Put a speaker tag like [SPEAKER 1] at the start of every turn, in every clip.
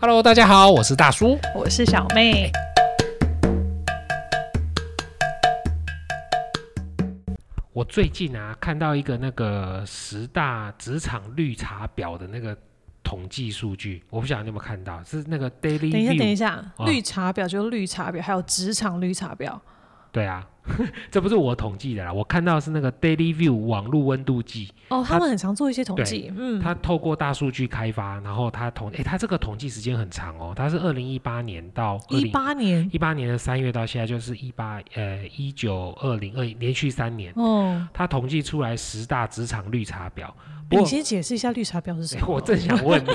[SPEAKER 1] Hello，大家好，我是大叔。
[SPEAKER 2] 我是小妹。
[SPEAKER 1] 我最近啊，看到一个那个十大职场绿茶婊的那个统计数据，我不晓得你有没有看到，是那个 Daily
[SPEAKER 2] 等一下，等一
[SPEAKER 1] View。
[SPEAKER 2] 下，
[SPEAKER 1] 啊
[SPEAKER 2] 绿茶婊就是绿茶婊，还有职场绿茶婊。
[SPEAKER 1] 对啊， 这不是我统计的啦，我看到是那个 Daily View 网络温度计，
[SPEAKER 2] 哦，他们很常做一些统
[SPEAKER 1] 对
[SPEAKER 2] 计，嗯，
[SPEAKER 1] 它透过大数据开发，然后它统，诶，它这个统计时间很长哦，它是二零一八年到二
[SPEAKER 2] 一
[SPEAKER 1] 零
[SPEAKER 2] 八年，
[SPEAKER 1] 一八年的三月到现在，就是一八呃一九二零二连续三年，
[SPEAKER 2] 哦，哎
[SPEAKER 1] 它统计出来十大职场绿茶婊。不
[SPEAKER 2] 你
[SPEAKER 1] 过
[SPEAKER 2] 先解释一下绿茶婊是什
[SPEAKER 1] 欸
[SPEAKER 2] 么？
[SPEAKER 1] 我正想问你，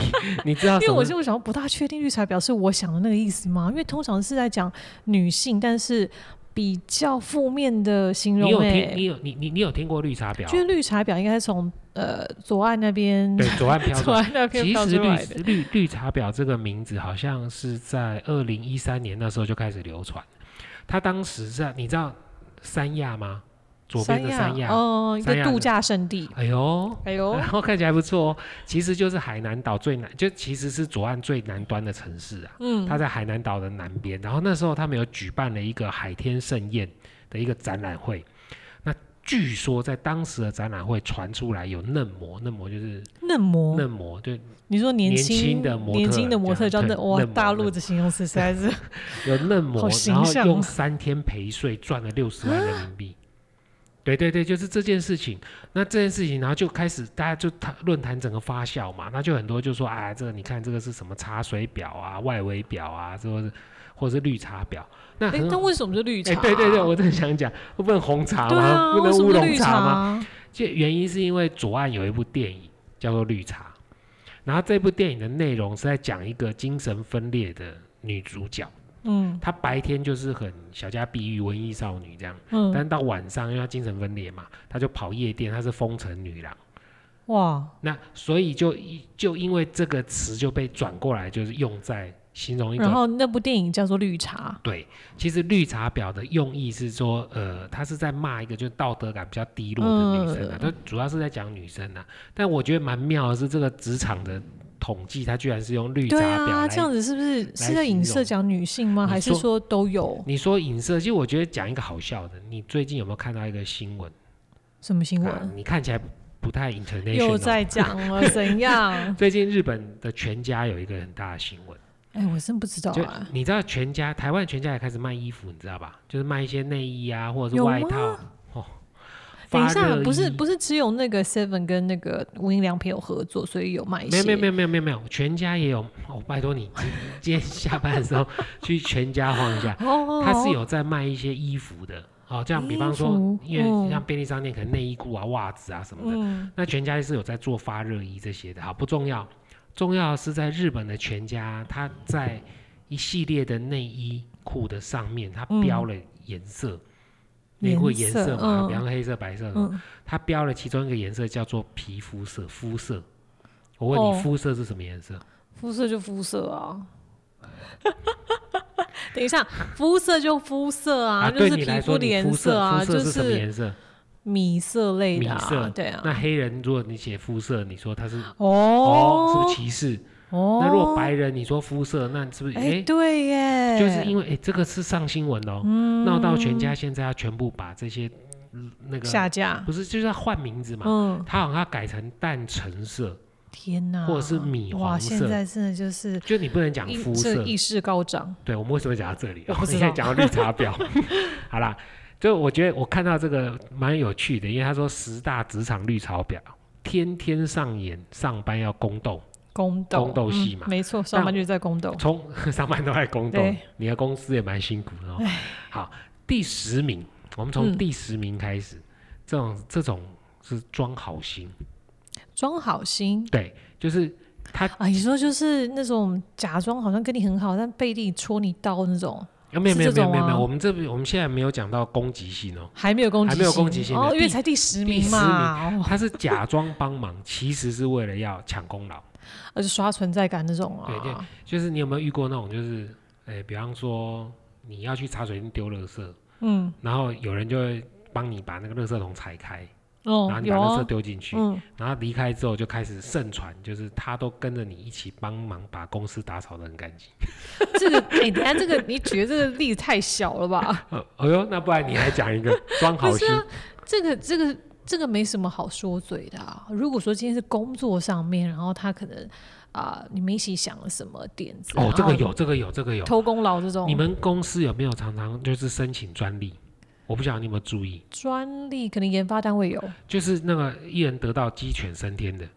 [SPEAKER 1] 你知道
[SPEAKER 2] 因
[SPEAKER 1] 什
[SPEAKER 2] 为我
[SPEAKER 1] 么？
[SPEAKER 2] 就想不大确定绿茶婊是我想的那个意思吗？因为通常是在讲女性，但是比较负面的形
[SPEAKER 1] 你
[SPEAKER 2] 容
[SPEAKER 1] 有
[SPEAKER 2] 诶、
[SPEAKER 1] 听？你有你你你有听过绿茶婊？
[SPEAKER 2] 哎就是绿茶婊应该是从呃左岸那边，
[SPEAKER 1] 对， 左岸飘
[SPEAKER 2] 左
[SPEAKER 1] 转。
[SPEAKER 2] 岸那边
[SPEAKER 1] 其
[SPEAKER 2] 飘
[SPEAKER 1] 实
[SPEAKER 2] 出
[SPEAKER 1] 绿
[SPEAKER 2] 来的。
[SPEAKER 1] 绿绿茶婊这个名字好像是在二零一三年那时候就开始流传。他当时在你知道三亚吗？左边的三亚，
[SPEAKER 2] 哦，一
[SPEAKER 1] 三
[SPEAKER 2] 个
[SPEAKER 1] 亚的
[SPEAKER 2] 度假胜地。
[SPEAKER 1] 哎呦，
[SPEAKER 2] 哎 呦，
[SPEAKER 1] 然后看起来不错哦。其实就是海南岛最南，就其实是左岸最南端的城市啊。
[SPEAKER 2] 嗯，
[SPEAKER 1] 它在海南岛的南边，然后那时候他们有举办了一个海天盛宴的一个展览会。那据说在当时的展览会传出来有嫩模，嫩模就是
[SPEAKER 2] 嫩模，
[SPEAKER 1] 嫩模，对，
[SPEAKER 2] 你说年轻
[SPEAKER 1] 年轻的模特
[SPEAKER 2] 年轻的模特
[SPEAKER 1] 这
[SPEAKER 2] 叫
[SPEAKER 1] 样
[SPEAKER 2] 嫩
[SPEAKER 1] 对
[SPEAKER 2] 哇
[SPEAKER 1] 嫩模，
[SPEAKER 2] 大
[SPEAKER 1] 嫩模
[SPEAKER 2] 陆的形容词实 在是
[SPEAKER 1] 有嫩模
[SPEAKER 2] 好，形
[SPEAKER 1] 然后
[SPEAKER 2] 象
[SPEAKER 1] 用
[SPEAKER 2] 啊
[SPEAKER 1] 三天陪睡赚了六十万人民币。对对对，就是这件事情。那这件事情，然后就开始大家就谈论坛整个发酵嘛，那就很多就说啊，这个你看这个是什么茶水表啊、外围表啊，或者或者是绿茶表。那
[SPEAKER 2] 哎
[SPEAKER 1] 很，
[SPEAKER 2] 但为什么是绿
[SPEAKER 1] 哎、
[SPEAKER 2] 茶？
[SPEAKER 1] 对对对，我正想讲，不能红茶
[SPEAKER 2] 对
[SPEAKER 1] 吗？
[SPEAKER 2] 啊，
[SPEAKER 1] 不
[SPEAKER 2] 为
[SPEAKER 1] 能
[SPEAKER 2] 什
[SPEAKER 1] 乌
[SPEAKER 2] 么是
[SPEAKER 1] 龙
[SPEAKER 2] 绿茶
[SPEAKER 1] 吗？
[SPEAKER 2] 啊？
[SPEAKER 1] 这原因是因为左岸有一部电影叫做《绿茶》，然后这部电影的内容是在讲一个精神分裂的女主角，
[SPEAKER 2] 嗯
[SPEAKER 1] 她白天就是很小家碧玉、文艺少女这样，
[SPEAKER 2] 嗯，
[SPEAKER 1] 但到晚上因为她精神分裂嘛，她就跑夜店，她是风尘女郎。
[SPEAKER 2] 哇，
[SPEAKER 1] 那所以就一就因为这个词就被转过来，就是用在形容一个
[SPEAKER 2] 然后那部电影叫做《绿茶
[SPEAKER 1] 对，其实绿茶婊的用意是说，呃，她是在骂一个就是道德感比较低落的女生啊，
[SPEAKER 2] 嗯
[SPEAKER 1] 她、主要是在讲女生啊。但我觉得蛮妙的是，这个职场的统计，它居然是用绿》。茶
[SPEAKER 2] 对
[SPEAKER 1] 婊来。
[SPEAKER 2] 啊，这样子是不是是在影
[SPEAKER 1] 形容
[SPEAKER 2] 射讲女性吗？
[SPEAKER 1] 你
[SPEAKER 2] 还是
[SPEAKER 1] 说
[SPEAKER 2] 说都有？
[SPEAKER 1] 你说影射，其实我觉得讲一个好笑的，你最近有没有看到一个新闻？
[SPEAKER 2] 什么新
[SPEAKER 1] 啊
[SPEAKER 2] 闻？
[SPEAKER 1] 你看起来不太 international。
[SPEAKER 2] 又在讲了 怎样？
[SPEAKER 1] 最近日本的全家有一个很大的新闻，
[SPEAKER 2] 哎，我真不知道
[SPEAKER 1] 就
[SPEAKER 2] 啊。
[SPEAKER 1] 你知道全家台湾全家也开始卖衣服，你知道吧？就是卖一些内衣啊，或者是
[SPEAKER 2] 有
[SPEAKER 1] 外
[SPEAKER 2] 吗
[SPEAKER 1] 套。哦，
[SPEAKER 2] 等一
[SPEAKER 1] 发
[SPEAKER 2] 下
[SPEAKER 1] 热，
[SPEAKER 2] 不是
[SPEAKER 1] 衣
[SPEAKER 2] 不是只有那个 Seven 跟那个无印良品有合作，所以有卖
[SPEAKER 1] 没
[SPEAKER 2] 一些。
[SPEAKER 1] 有没有没有没有没有没有，全家也有。哦，拜托你，今 今天下班的时候去全家晃一下，
[SPEAKER 2] 哦，
[SPEAKER 1] 它是有在卖一些衣服的。哦，这样比方
[SPEAKER 2] 衣
[SPEAKER 1] 说
[SPEAKER 2] 服，
[SPEAKER 1] 因为
[SPEAKER 2] 嗯
[SPEAKER 1] 像便利商店可能内衣裤啊、袜子啊什么的，
[SPEAKER 2] 嗯
[SPEAKER 1] 那全家是有在做发热衣这些的。好，不重要，重要的是在日本的全家，它在一系列的内衣裤的上面，它
[SPEAKER 2] 嗯
[SPEAKER 1] 标了颜色，内裤的颜色嘛，
[SPEAKER 2] 嗯
[SPEAKER 1] 比方说黑色、白色什么
[SPEAKER 2] 嗯，
[SPEAKER 1] 它标了其中一个颜色叫做皮肤色，肤色。我问你，
[SPEAKER 2] 哦
[SPEAKER 1] 肤色是什么颜色？
[SPEAKER 2] 肤色就肤色啊。 等一下，肤色就肤色啊，就
[SPEAKER 1] 对
[SPEAKER 2] 是
[SPEAKER 1] 你
[SPEAKER 2] 皮
[SPEAKER 1] 来
[SPEAKER 2] 肤
[SPEAKER 1] 说，
[SPEAKER 2] 的
[SPEAKER 1] 你
[SPEAKER 2] 颜
[SPEAKER 1] 肤色
[SPEAKER 2] 啊，
[SPEAKER 1] 肤
[SPEAKER 2] 就
[SPEAKER 1] 色是什么
[SPEAKER 2] 是啊
[SPEAKER 1] 颜色？
[SPEAKER 2] 米色类的、啊，
[SPEAKER 1] 米色
[SPEAKER 2] 对啊。
[SPEAKER 1] 那黑人，如果你写肤色，你说他是哦，是不是
[SPEAKER 2] 哦，
[SPEAKER 1] 歧视？
[SPEAKER 2] 哦，
[SPEAKER 1] 那如果白人，你说肤色，那是不是
[SPEAKER 2] 哎、
[SPEAKER 1] 哎？
[SPEAKER 2] 对耶，
[SPEAKER 1] 就是因为哎，这个是上新闻哦，
[SPEAKER 2] 嗯
[SPEAKER 1] 闹到全家现在要全部把这些嗯那个
[SPEAKER 2] 下架，
[SPEAKER 1] 不是就是要换名字嘛？
[SPEAKER 2] 嗯，
[SPEAKER 1] 他好像要改成淡橙色，
[SPEAKER 2] 天哪，
[SPEAKER 1] 或者是米
[SPEAKER 2] 哇，
[SPEAKER 1] 黄
[SPEAKER 2] 现
[SPEAKER 1] 色
[SPEAKER 2] 在真的就是
[SPEAKER 1] 就你不能讲
[SPEAKER 2] 意
[SPEAKER 1] 肤
[SPEAKER 2] 这
[SPEAKER 1] 色，
[SPEAKER 2] 意识高涨，
[SPEAKER 1] 对，我们为什么会讲到这里？
[SPEAKER 2] 我不知
[SPEAKER 1] 你
[SPEAKER 2] 道
[SPEAKER 1] 现在讲到绿茶婊。 好啦，就我觉得我看到这个蛮有趣的，因为他说十大职场绿茶婊，天天上演上班要宫斗，
[SPEAKER 2] 宫斗，
[SPEAKER 1] 宫斗戏嘛
[SPEAKER 2] 嗯没错，上班
[SPEAKER 1] 但
[SPEAKER 2] 就在宫斗，
[SPEAKER 1] 从 上班都在宫斗
[SPEAKER 2] 对，
[SPEAKER 1] 你的公司也蛮辛苦的哦。好，第十名，我们从
[SPEAKER 2] 嗯
[SPEAKER 1] 第十名开始，这种这种是装好心，
[SPEAKER 2] 装好心
[SPEAKER 1] 对，就是他
[SPEAKER 2] 啊，你说就是那种假装好像跟你很好，但背地里戳你刀那种。
[SPEAKER 1] 啊没有
[SPEAKER 2] 是
[SPEAKER 1] 没有没
[SPEAKER 2] 这
[SPEAKER 1] 有
[SPEAKER 2] 种
[SPEAKER 1] 没有没有，
[SPEAKER 2] 吗
[SPEAKER 1] 我们这边我们现在没有讲到攻击性 哦，
[SPEAKER 2] 还没有攻击，
[SPEAKER 1] 还没有攻击性
[SPEAKER 2] 哦，
[SPEAKER 1] 的
[SPEAKER 2] 因为
[SPEAKER 1] 第
[SPEAKER 2] 才第十
[SPEAKER 1] 第
[SPEAKER 2] 名嘛，哦
[SPEAKER 1] 他是假装帮忙，其实是为了要抢功劳。
[SPEAKER 2] 而且刷存在感那种
[SPEAKER 1] 对对
[SPEAKER 2] 啊，
[SPEAKER 1] 就是你有没有遇过那种，就是，诶、比方说你要去茶水间丢垃圾，
[SPEAKER 2] 嗯，
[SPEAKER 1] 然后有人就会帮你把那个垃圾桶踩开，然后
[SPEAKER 2] 哦，
[SPEAKER 1] 你把
[SPEAKER 2] 有
[SPEAKER 1] 垃圾
[SPEAKER 2] 哦，
[SPEAKER 1] 丢进去，
[SPEAKER 2] 嗯，
[SPEAKER 1] 然后离开之后就开始盛传，就是他都跟着你一起帮忙把公司打扫的很干净。
[SPEAKER 2] 这个哎，等一下这个你举的这个例子太小了吧？
[SPEAKER 1] 呃，哎呦，那不然你还讲一 个装好
[SPEAKER 2] 不是
[SPEAKER 1] 心，
[SPEAKER 2] 啊，这个这个这个没什么好说嘴的啊。如果说今天是工作上面，然后他可能啊、你们一起想了什么点子？
[SPEAKER 1] 哦，这个
[SPEAKER 2] 然后
[SPEAKER 1] 有，这个有，这个有。
[SPEAKER 2] 偷工劳这种，
[SPEAKER 1] 你们公司有没有常常就是申请专利？我不晓得你有没有注意，
[SPEAKER 2] 专利可能研发单位有，
[SPEAKER 1] 就是那个一人得道鸡犬升天的。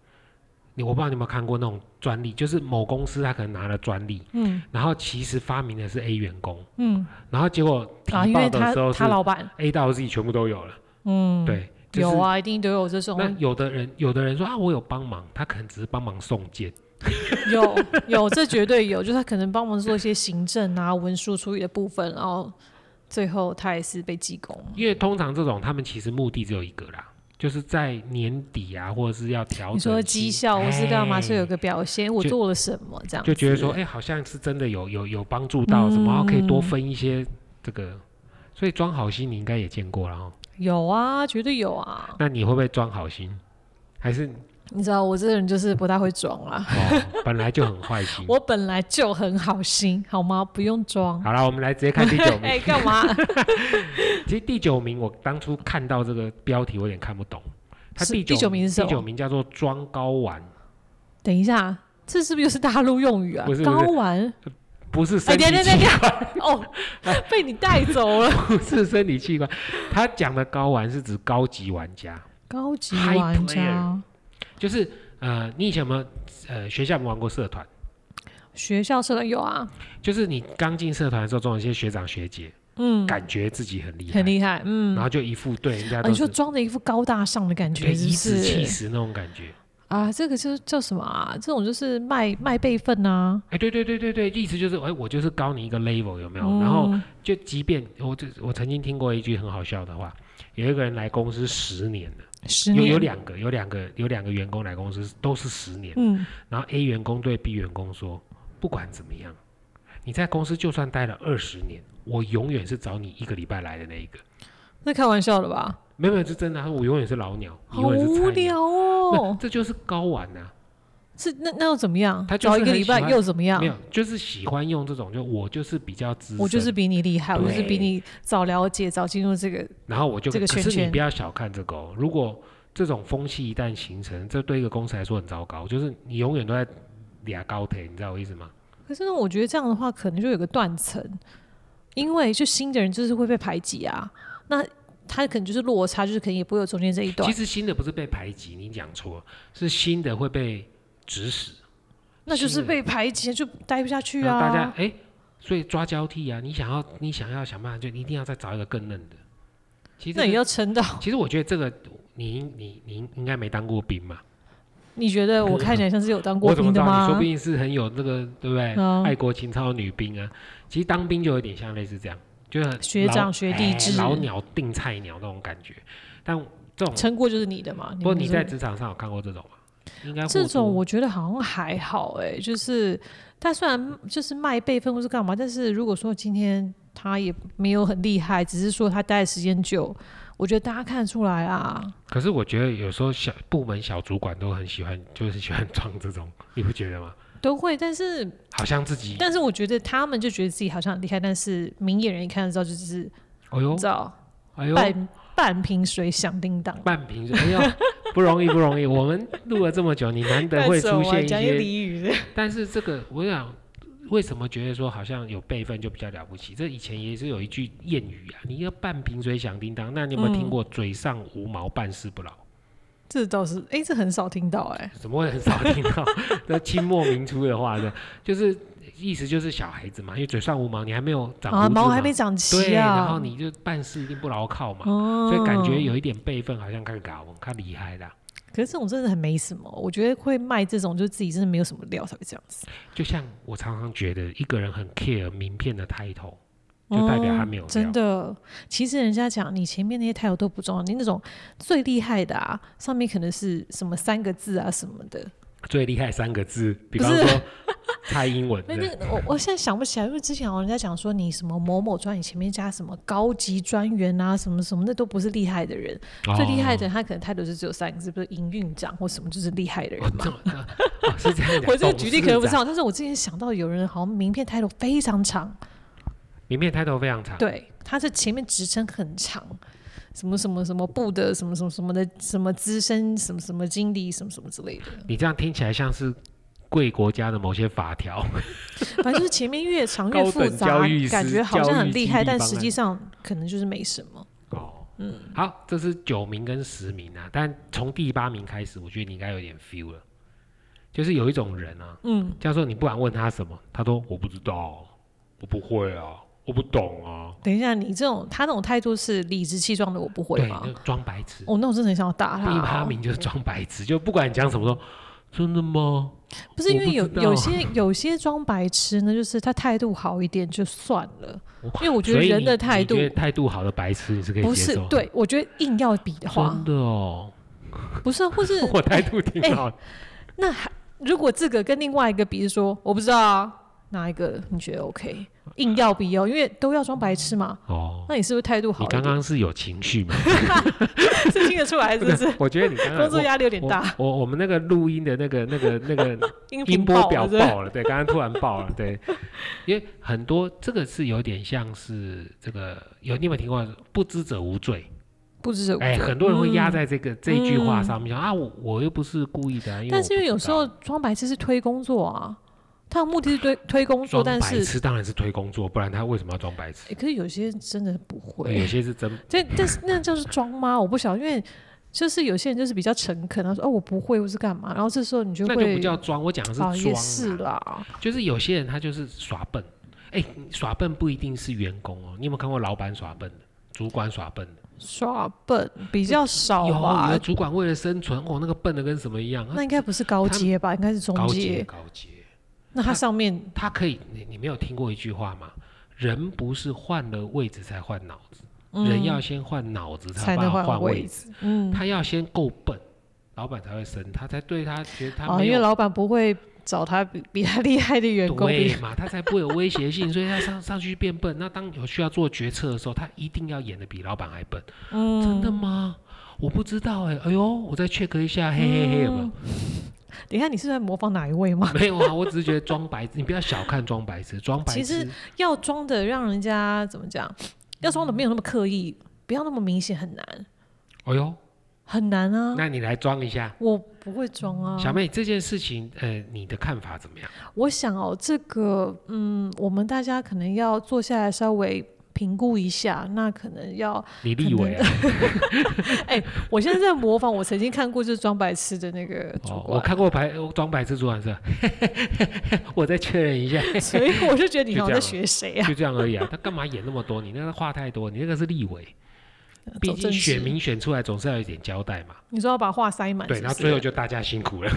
[SPEAKER 1] 你我不知道你有没有看过那种专利，就是某公司他可能拿了专利，
[SPEAKER 2] 嗯
[SPEAKER 1] 然后其实发明的是 A 员工，
[SPEAKER 2] 嗯
[SPEAKER 1] 然后结果提
[SPEAKER 2] 啊，因为
[SPEAKER 1] 报的
[SPEAKER 2] 他
[SPEAKER 1] 时候是
[SPEAKER 2] 他老板
[SPEAKER 1] A 到 Z 全部都有了，
[SPEAKER 2] 嗯
[SPEAKER 1] 对，就是
[SPEAKER 2] 有啊，一定都有这种
[SPEAKER 1] 那有的人，有的人说啊，我有帮忙，他可能只是帮忙送件，
[SPEAKER 2] 有有，这绝对有，就是他可能帮忙做一些行政啊、文书处理的部分，然后最后他也是被记功。
[SPEAKER 1] 因为通常这种他们其实目的只有一个啦，就是在年底啊，或者是要调整。
[SPEAKER 2] 你说绩效我是干嘛？是有
[SPEAKER 1] 哎
[SPEAKER 2] 个表现，我
[SPEAKER 1] 就
[SPEAKER 2] 做了什么这样子？
[SPEAKER 1] 就觉得说，哎、好像是真的有有有帮助到
[SPEAKER 2] 嗯
[SPEAKER 1] 什么，啊然后可以多分一些这个。所以装好心你应该也见过了哦，
[SPEAKER 2] 有啊，绝对有啊。
[SPEAKER 1] 那你会不会装好心？还是
[SPEAKER 2] 你知道我这个人就是不太会装啦，
[SPEAKER 1] 哦，本来就很坏心。
[SPEAKER 2] 我本来就很好心，好吗？不用装。
[SPEAKER 1] 好了，我们来直接看第 九名。
[SPEAKER 2] 哎，干嘛？
[SPEAKER 1] 其实第九名我当初看到这个标题，我有点看不懂。它
[SPEAKER 2] 是
[SPEAKER 1] 第
[SPEAKER 2] 第九名是什么
[SPEAKER 1] 第九名叫做装睾丸，
[SPEAKER 2] 等一下，这是不是又是大陆用语啊？
[SPEAKER 1] 不是不是
[SPEAKER 2] 睾丸？
[SPEAKER 1] 不是身
[SPEAKER 2] 哎，
[SPEAKER 1] 体
[SPEAKER 2] 等一下
[SPEAKER 1] 器
[SPEAKER 2] 等一下等一下，哦，被你带走 了。
[SPEAKER 1] 不是生理器官， 他讲的高玩是指高级玩家，
[SPEAKER 2] 高级
[SPEAKER 1] High
[SPEAKER 2] 玩
[SPEAKER 1] player
[SPEAKER 2] 家，
[SPEAKER 1] 就是呃，你以前有没有呃学校有没有玩过社团？
[SPEAKER 2] 学校社团有啊，就是
[SPEAKER 1] 就是你刚进社团的时候，总有一些学长学姐
[SPEAKER 2] 嗯，
[SPEAKER 1] 感觉自己很厉害，
[SPEAKER 2] 很厉害，嗯
[SPEAKER 1] 然。后就一副对人家
[SPEAKER 2] 啊、
[SPEAKER 1] 都
[SPEAKER 2] 你
[SPEAKER 1] 是、
[SPEAKER 2] 说装着一副高大上的感觉，
[SPEAKER 1] 对
[SPEAKER 2] 是
[SPEAKER 1] 颐
[SPEAKER 2] 不
[SPEAKER 1] 指气
[SPEAKER 2] 是？
[SPEAKER 1] 使那种感觉。
[SPEAKER 2] 啊，这个就是叫什么啊？这种就是卖卖辈分啊。
[SPEAKER 1] 哎，对对对对对，意思就是哎，我就是高你一个 level 有没有？
[SPEAKER 2] 嗯
[SPEAKER 1] 然后就即便我就我曾经听过一句很好笑的话，有一个人来公司十年了，
[SPEAKER 2] 十
[SPEAKER 1] 有
[SPEAKER 2] 年
[SPEAKER 1] 有两个有两个有两个员工来公司都是十年。
[SPEAKER 2] 嗯，
[SPEAKER 1] 然后 A 员工对 B 员工说：“不管怎么样，你在公司就算待了二十年，我永远是找你一个礼拜来的那一个。
[SPEAKER 2] 那开玩笑的吧？
[SPEAKER 1] 没有没有，是真的。他说啊我永远是老鸟，你
[SPEAKER 2] 好
[SPEAKER 1] 永远是
[SPEAKER 2] 无
[SPEAKER 1] 菜鸟。那
[SPEAKER 2] 聊哦。
[SPEAKER 1] 这就是高玩啊呐、
[SPEAKER 2] 是那那又怎么样？
[SPEAKER 1] 他就是
[SPEAKER 2] 找一个
[SPEAKER 1] 很
[SPEAKER 2] 礼
[SPEAKER 1] 喜
[SPEAKER 2] 拜
[SPEAKER 1] 欢
[SPEAKER 2] 又怎么样
[SPEAKER 1] 没？有，就是喜欢用这种，就我就是比较资深，
[SPEAKER 2] 我就是，比你厉害，我就是
[SPEAKER 1] 对
[SPEAKER 2] 比你早了解，早进入这个。
[SPEAKER 1] 然后我就
[SPEAKER 2] 这个圈
[SPEAKER 1] 可是你
[SPEAKER 2] 圈
[SPEAKER 1] 不要小看这个哦，如果这种风气一旦形成，这对一个公司来说很糟糕，就是你永远都在俩高铁，你知道我意思吗？
[SPEAKER 2] 可是呢，我觉得这样的话，可能就有个断层，因为就新的人就是会被排挤啊。那他可能就是落差，就是可能也不会有中间这一段
[SPEAKER 1] 其。实新的不是被排挤，你讲错，是新的会被指使。
[SPEAKER 2] 那就是
[SPEAKER 1] 是
[SPEAKER 2] 被排挤，就待不下去
[SPEAKER 1] 然
[SPEAKER 2] 啊！
[SPEAKER 1] 后大家哎、所以抓交替啊，你想要你想要想办法，就一定要再找一个更嫩的。其实
[SPEAKER 2] 那
[SPEAKER 1] 这
[SPEAKER 2] 也
[SPEAKER 1] 个、
[SPEAKER 2] 要撑到。
[SPEAKER 1] 其实我觉得这个你你你应该没当过兵嘛，
[SPEAKER 2] 你觉得我看起来像是有当过
[SPEAKER 1] 啊我怎么
[SPEAKER 2] 兵
[SPEAKER 1] 知
[SPEAKER 2] 的
[SPEAKER 1] 道？你
[SPEAKER 2] 吗？
[SPEAKER 1] 说不定是很有那个对不对？
[SPEAKER 2] 嗯
[SPEAKER 1] 爱国情操的女兵啊，其实当兵就有点像类似这样，就是很
[SPEAKER 2] 学
[SPEAKER 1] 老
[SPEAKER 2] 长学弟
[SPEAKER 1] 哎
[SPEAKER 2] 制
[SPEAKER 1] 老鸟定菜鸟那种感觉。但这种
[SPEAKER 2] 撑过就是你的嘛。
[SPEAKER 1] 不过
[SPEAKER 2] 们
[SPEAKER 1] 你
[SPEAKER 2] 是
[SPEAKER 1] 在职场上有看过这种吗？应该
[SPEAKER 2] 这
[SPEAKER 1] 或
[SPEAKER 2] 种，
[SPEAKER 1] 多
[SPEAKER 2] 我觉得好像还好哎、就是他虽然就是卖辈分或是干嘛，但是如果说今天他也没有很厉害，只是说他待的时间久，我觉得大家看得出来啊。
[SPEAKER 1] 可是我觉得有时候小部门小主管都很喜欢，就是喜欢装这种， 你不觉得吗？
[SPEAKER 2] 都会，但是
[SPEAKER 1] 好像自己，
[SPEAKER 2] 但是我觉得他们就觉得自己好像很厉害，但是明眼人一看就知道，就是
[SPEAKER 1] 哎
[SPEAKER 2] 你
[SPEAKER 1] 呦
[SPEAKER 2] 知，道
[SPEAKER 1] 哎呦，
[SPEAKER 2] 半半瓶水响叮当。
[SPEAKER 1] 半瓶水，哎呦，不容易，不容易。我们录了这么久，你难得 会出现一
[SPEAKER 2] 讲一
[SPEAKER 1] 些，
[SPEAKER 2] 俚语，
[SPEAKER 1] 但是这个我想，为什么觉得说好像有辈分就比较了不起？这以前也是有一句谚语啊，你要半瓶水响叮当。那你有没有
[SPEAKER 2] 嗯
[SPEAKER 1] 听过“嘴上无毛，办事不牢
[SPEAKER 2] 这倒是，哎、这很少听到、哎”？，
[SPEAKER 1] 怎么会很少听到？那清末民初的话呢，就是意思就是小孩子嘛，因为嘴上无毛，你还没有长胡
[SPEAKER 2] 啊，
[SPEAKER 1] 子
[SPEAKER 2] 毛
[SPEAKER 1] 嘛
[SPEAKER 2] 还没长齐
[SPEAKER 1] 对，
[SPEAKER 2] 啊，
[SPEAKER 1] 然后你就办事一定不牢靠嘛，
[SPEAKER 2] 哦，
[SPEAKER 1] 所以感觉，有一点辈分，好像看搞，看厉害啦。
[SPEAKER 2] 可是这种真的很没什么，我觉得会卖这种，就自己真的没有什么料才会这样子，
[SPEAKER 1] 就像我常常觉得，一个人很 care 名片的 title，就代表他没有料
[SPEAKER 2] 哦真的。其实人家讲你前面那些抬头都不重要，你那种最厉害的啊，上面可能是什么三个字啊什么的，
[SPEAKER 1] 最厉害三个字，比
[SPEAKER 2] 不
[SPEAKER 1] 方
[SPEAKER 2] 是
[SPEAKER 1] 说蔡英文
[SPEAKER 2] 那
[SPEAKER 1] 的
[SPEAKER 2] 那个我我现在想不起来，因为之前好像人家讲说你什么某某专，你前面加什么高级专员啊，什么什么，那都不是厉害的人。
[SPEAKER 1] 哦
[SPEAKER 2] 最厉害的人，他可能 title 是只有三个字，比如营运长或什么，就是厉害的人
[SPEAKER 1] 哦
[SPEAKER 2] 嘛。。
[SPEAKER 1] 这么哦是这样讲
[SPEAKER 2] 我这个举例可能不
[SPEAKER 1] 董事
[SPEAKER 2] 知
[SPEAKER 1] 长，
[SPEAKER 2] 道，但是我之前想到有人好像名片 title 非常长，
[SPEAKER 1] 啊名片抬头非常长。
[SPEAKER 2] 对，他是前面职称很长，什么什么什么部的，什么什么什么的，什么资深什么什么经理，什么什么之类的。
[SPEAKER 1] 你这样听起来像是贵国家的某些法条。
[SPEAKER 2] 嗯反正就是前面越长越
[SPEAKER 1] 高
[SPEAKER 2] 复
[SPEAKER 1] 等
[SPEAKER 2] 杂
[SPEAKER 1] 教育，
[SPEAKER 2] 感
[SPEAKER 1] 师
[SPEAKER 2] 觉好
[SPEAKER 1] 教
[SPEAKER 2] 像
[SPEAKER 1] 育
[SPEAKER 2] 很厉
[SPEAKER 1] 基
[SPEAKER 2] 害，
[SPEAKER 1] 地
[SPEAKER 2] 但
[SPEAKER 1] 方
[SPEAKER 2] 实
[SPEAKER 1] 案
[SPEAKER 2] 际上可能就是没什么。
[SPEAKER 1] 哦，嗯，好，这是九名跟十名啊，但从第八名开始，我觉得你应该有点 feel 了。就是有一种人啊，嗯，教授，你不管问他什么，他都我不知道，我不会啊，我不懂啊，
[SPEAKER 2] 等一下，你这种他那种态度是理直气壮的，我不会
[SPEAKER 1] 对，
[SPEAKER 2] 吗？
[SPEAKER 1] 就装白痴。
[SPEAKER 2] 哦，那我真的很想要打他、哦
[SPEAKER 1] 第八名就是装白痴，就不管你讲什么都，真的吗？
[SPEAKER 2] 不是因为有
[SPEAKER 1] 我不知道啊
[SPEAKER 2] 有些有些装白痴呢，就是他态度好一点就算了，因为我觉得
[SPEAKER 1] 所以
[SPEAKER 2] 人
[SPEAKER 1] 你
[SPEAKER 2] 的态
[SPEAKER 1] 你
[SPEAKER 2] 度
[SPEAKER 1] 觉得态度好的白痴，你是可以
[SPEAKER 2] 不
[SPEAKER 1] 接
[SPEAKER 2] 是
[SPEAKER 1] 受。，
[SPEAKER 2] 对，我觉得硬要比的话
[SPEAKER 1] 真，的 哦，
[SPEAKER 2] 不是，啊或是
[SPEAKER 1] 我态度挺好
[SPEAKER 2] 哎
[SPEAKER 1] 的。
[SPEAKER 2] 那还如果这个跟另外一个比，是说我不知道啊，哪一个你觉得 OK？硬要比哦，因为都要装白痴嘛，
[SPEAKER 1] 哦，
[SPEAKER 2] 那你是不是态度好
[SPEAKER 1] 你
[SPEAKER 2] 一
[SPEAKER 1] 刚
[SPEAKER 2] 点？
[SPEAKER 1] 刚是有情绪 吗？
[SPEAKER 2] 是听得出来是不 是？
[SPEAKER 1] 啊我觉得你刚刚
[SPEAKER 2] 工作压力有点大，
[SPEAKER 1] 我我我们那个录音的那个那个那个
[SPEAKER 2] 音频
[SPEAKER 1] 音波
[SPEAKER 2] 爆
[SPEAKER 1] 表
[SPEAKER 2] 了是不是
[SPEAKER 1] 爆了，对，刚刚突然爆了，对，因为很多这个是有点像是这个有你有没有听过不知者无罪？
[SPEAKER 2] 不知者无
[SPEAKER 1] 哎，
[SPEAKER 2] 罪
[SPEAKER 1] 很多人会压
[SPEAKER 2] 嗯
[SPEAKER 1] 在这个、这一句话上面，说啊，我我又不是故意的啊，因为
[SPEAKER 2] 但
[SPEAKER 1] 我
[SPEAKER 2] 是因
[SPEAKER 1] 不
[SPEAKER 2] 为
[SPEAKER 1] 知
[SPEAKER 2] 有时
[SPEAKER 1] 道
[SPEAKER 2] 候装白痴是推工作啊，他的目的 是推推工
[SPEAKER 1] 装
[SPEAKER 2] 作，但
[SPEAKER 1] 白
[SPEAKER 2] 是、
[SPEAKER 1] 痴当然是推工作，不然他为什么要装白痴？
[SPEAKER 2] 欸可是有些真的不
[SPEAKER 1] 有
[SPEAKER 2] 会，
[SPEAKER 1] 些是真
[SPEAKER 2] 这但是那就是装吗？我不晓得，因为就是有些人就是比较诚恳，他说哦我不会，我是干嘛，然后这时候你就
[SPEAKER 1] 那
[SPEAKER 2] 会
[SPEAKER 1] 就不叫装，我讲的是装、
[SPEAKER 2] 啊
[SPEAKER 1] 啊，
[SPEAKER 2] 也是啦，
[SPEAKER 1] 就是有些人他就是耍笨，哎，耍笨不一定是员工哦，你有没有看过老板耍笨的，主管耍笨的？
[SPEAKER 2] 耍笨比较少
[SPEAKER 1] 有
[SPEAKER 2] 吧
[SPEAKER 1] 有，主管为了生存，哦，那个笨的跟什么一样。
[SPEAKER 2] 那应该不是高阶吧，应该是中
[SPEAKER 1] 他高阶
[SPEAKER 2] 阶。
[SPEAKER 1] 高阶，
[SPEAKER 2] 那他上面
[SPEAKER 1] 他可以，你你没有听过一句话吗？人不是换了位置才换脑子，人要先换脑子
[SPEAKER 2] 嗯才
[SPEAKER 1] 有
[SPEAKER 2] 能
[SPEAKER 1] 办法换
[SPEAKER 2] 换
[SPEAKER 1] 位
[SPEAKER 2] 位
[SPEAKER 1] 置。
[SPEAKER 2] 置，嗯，
[SPEAKER 1] 他要先够笨，老板才会升他，才对他觉得他
[SPEAKER 2] 啊，
[SPEAKER 1] 没
[SPEAKER 2] 因为
[SPEAKER 1] 有
[SPEAKER 2] 老板不会找他比比他厉害的员工，比
[SPEAKER 1] 对嘛，他才不会有威胁性，所以他上上去变笨。那当有需要做决策的时候，他一定要演的比老板还笨。
[SPEAKER 2] 嗯，
[SPEAKER 1] 真的吗？我不知道哎、哎呦，我再 check 一下，嘿
[SPEAKER 2] 嗯
[SPEAKER 1] 嘿嘿，有没有？
[SPEAKER 2] 等一下，你是在模仿哪一位吗？
[SPEAKER 1] 没有啊，我只是觉得装白痴，你不要小看装白痴， 装白痴
[SPEAKER 2] 其实要装的让人家怎么讲？要装的没有那么刻意，不要那么明显，很难，
[SPEAKER 1] 哎呦，
[SPEAKER 2] 很难啊！
[SPEAKER 1] 那你来装一下，
[SPEAKER 2] 我不会装啊。
[SPEAKER 1] 小妹这件事情，呃，你的看法怎么样？
[SPEAKER 2] 我想哦，这个嗯，我们大家可能要坐下来稍微评估一下。那可能要，
[SPEAKER 1] 你立委啊，
[SPEAKER 2] 我现在在模仿我曾经看过就是装白痴的那个主
[SPEAKER 1] 哦，
[SPEAKER 2] 管，
[SPEAKER 1] 我看过白装白痴主管是 吧，我再确认一下，
[SPEAKER 2] 所以我就觉 得你
[SPEAKER 1] 就
[SPEAKER 2] 好
[SPEAKER 1] 这
[SPEAKER 2] 像在
[SPEAKER 1] 样
[SPEAKER 2] 学谁啊？
[SPEAKER 1] 就这样而已啊。他干嘛演那么多？你那个话太多，你那个是立委，毕
[SPEAKER 2] 走
[SPEAKER 1] 竟
[SPEAKER 2] 政治
[SPEAKER 1] 选，民选出来总是要有一点交代嘛。
[SPEAKER 2] 你说要把话塞满，
[SPEAKER 1] 对，
[SPEAKER 2] 啊是不
[SPEAKER 1] 然后
[SPEAKER 2] 是
[SPEAKER 1] 最后就大家辛苦了，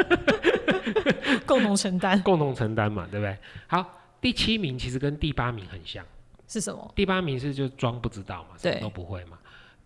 [SPEAKER 2] 共同承担
[SPEAKER 1] 共同承担嘛，对不对？好，第七名其实跟第八名很像。
[SPEAKER 2] 是什么？
[SPEAKER 1] 第八名是就装不知道嘛，什么
[SPEAKER 2] 对
[SPEAKER 1] 都不会嘛。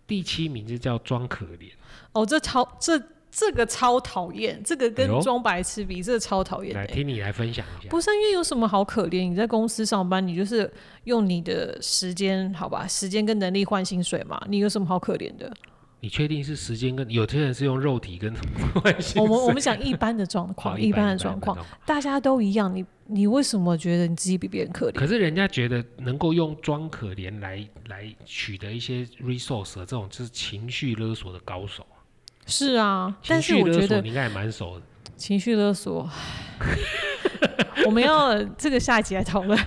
[SPEAKER 1] 第七名就叫装可怜，
[SPEAKER 2] 哦，这超这这个超讨厌，这个
[SPEAKER 1] 哎呦
[SPEAKER 2] 跟装白痴比，这个超讨厌、
[SPEAKER 1] 来
[SPEAKER 2] 欸。
[SPEAKER 1] 听你来分享一下。
[SPEAKER 2] 不是啊因为有什么好可怜？你在公司上班，你就是用你的时间，好吧，时间跟能力换薪水嘛，你有什么好可怜的？
[SPEAKER 1] 你确定是时间跟有些人是用肉体跟关系？
[SPEAKER 2] 我们我们讲一般的状
[SPEAKER 1] 哦
[SPEAKER 2] 况，一般的状况，。大家都一样，你你为什么觉得你自己比别人可怜？
[SPEAKER 1] 可是人家觉得能够用装可怜来来取得一些 resource，的这种就是情绪勒索的高手。
[SPEAKER 2] 是啊，
[SPEAKER 1] 情
[SPEAKER 2] 但是
[SPEAKER 1] 绪
[SPEAKER 2] 我
[SPEAKER 1] 勒
[SPEAKER 2] 觉
[SPEAKER 1] 索
[SPEAKER 2] 得
[SPEAKER 1] 你应该也蛮熟的。
[SPEAKER 2] 情绪勒索， 我们要这个下一集来讨论。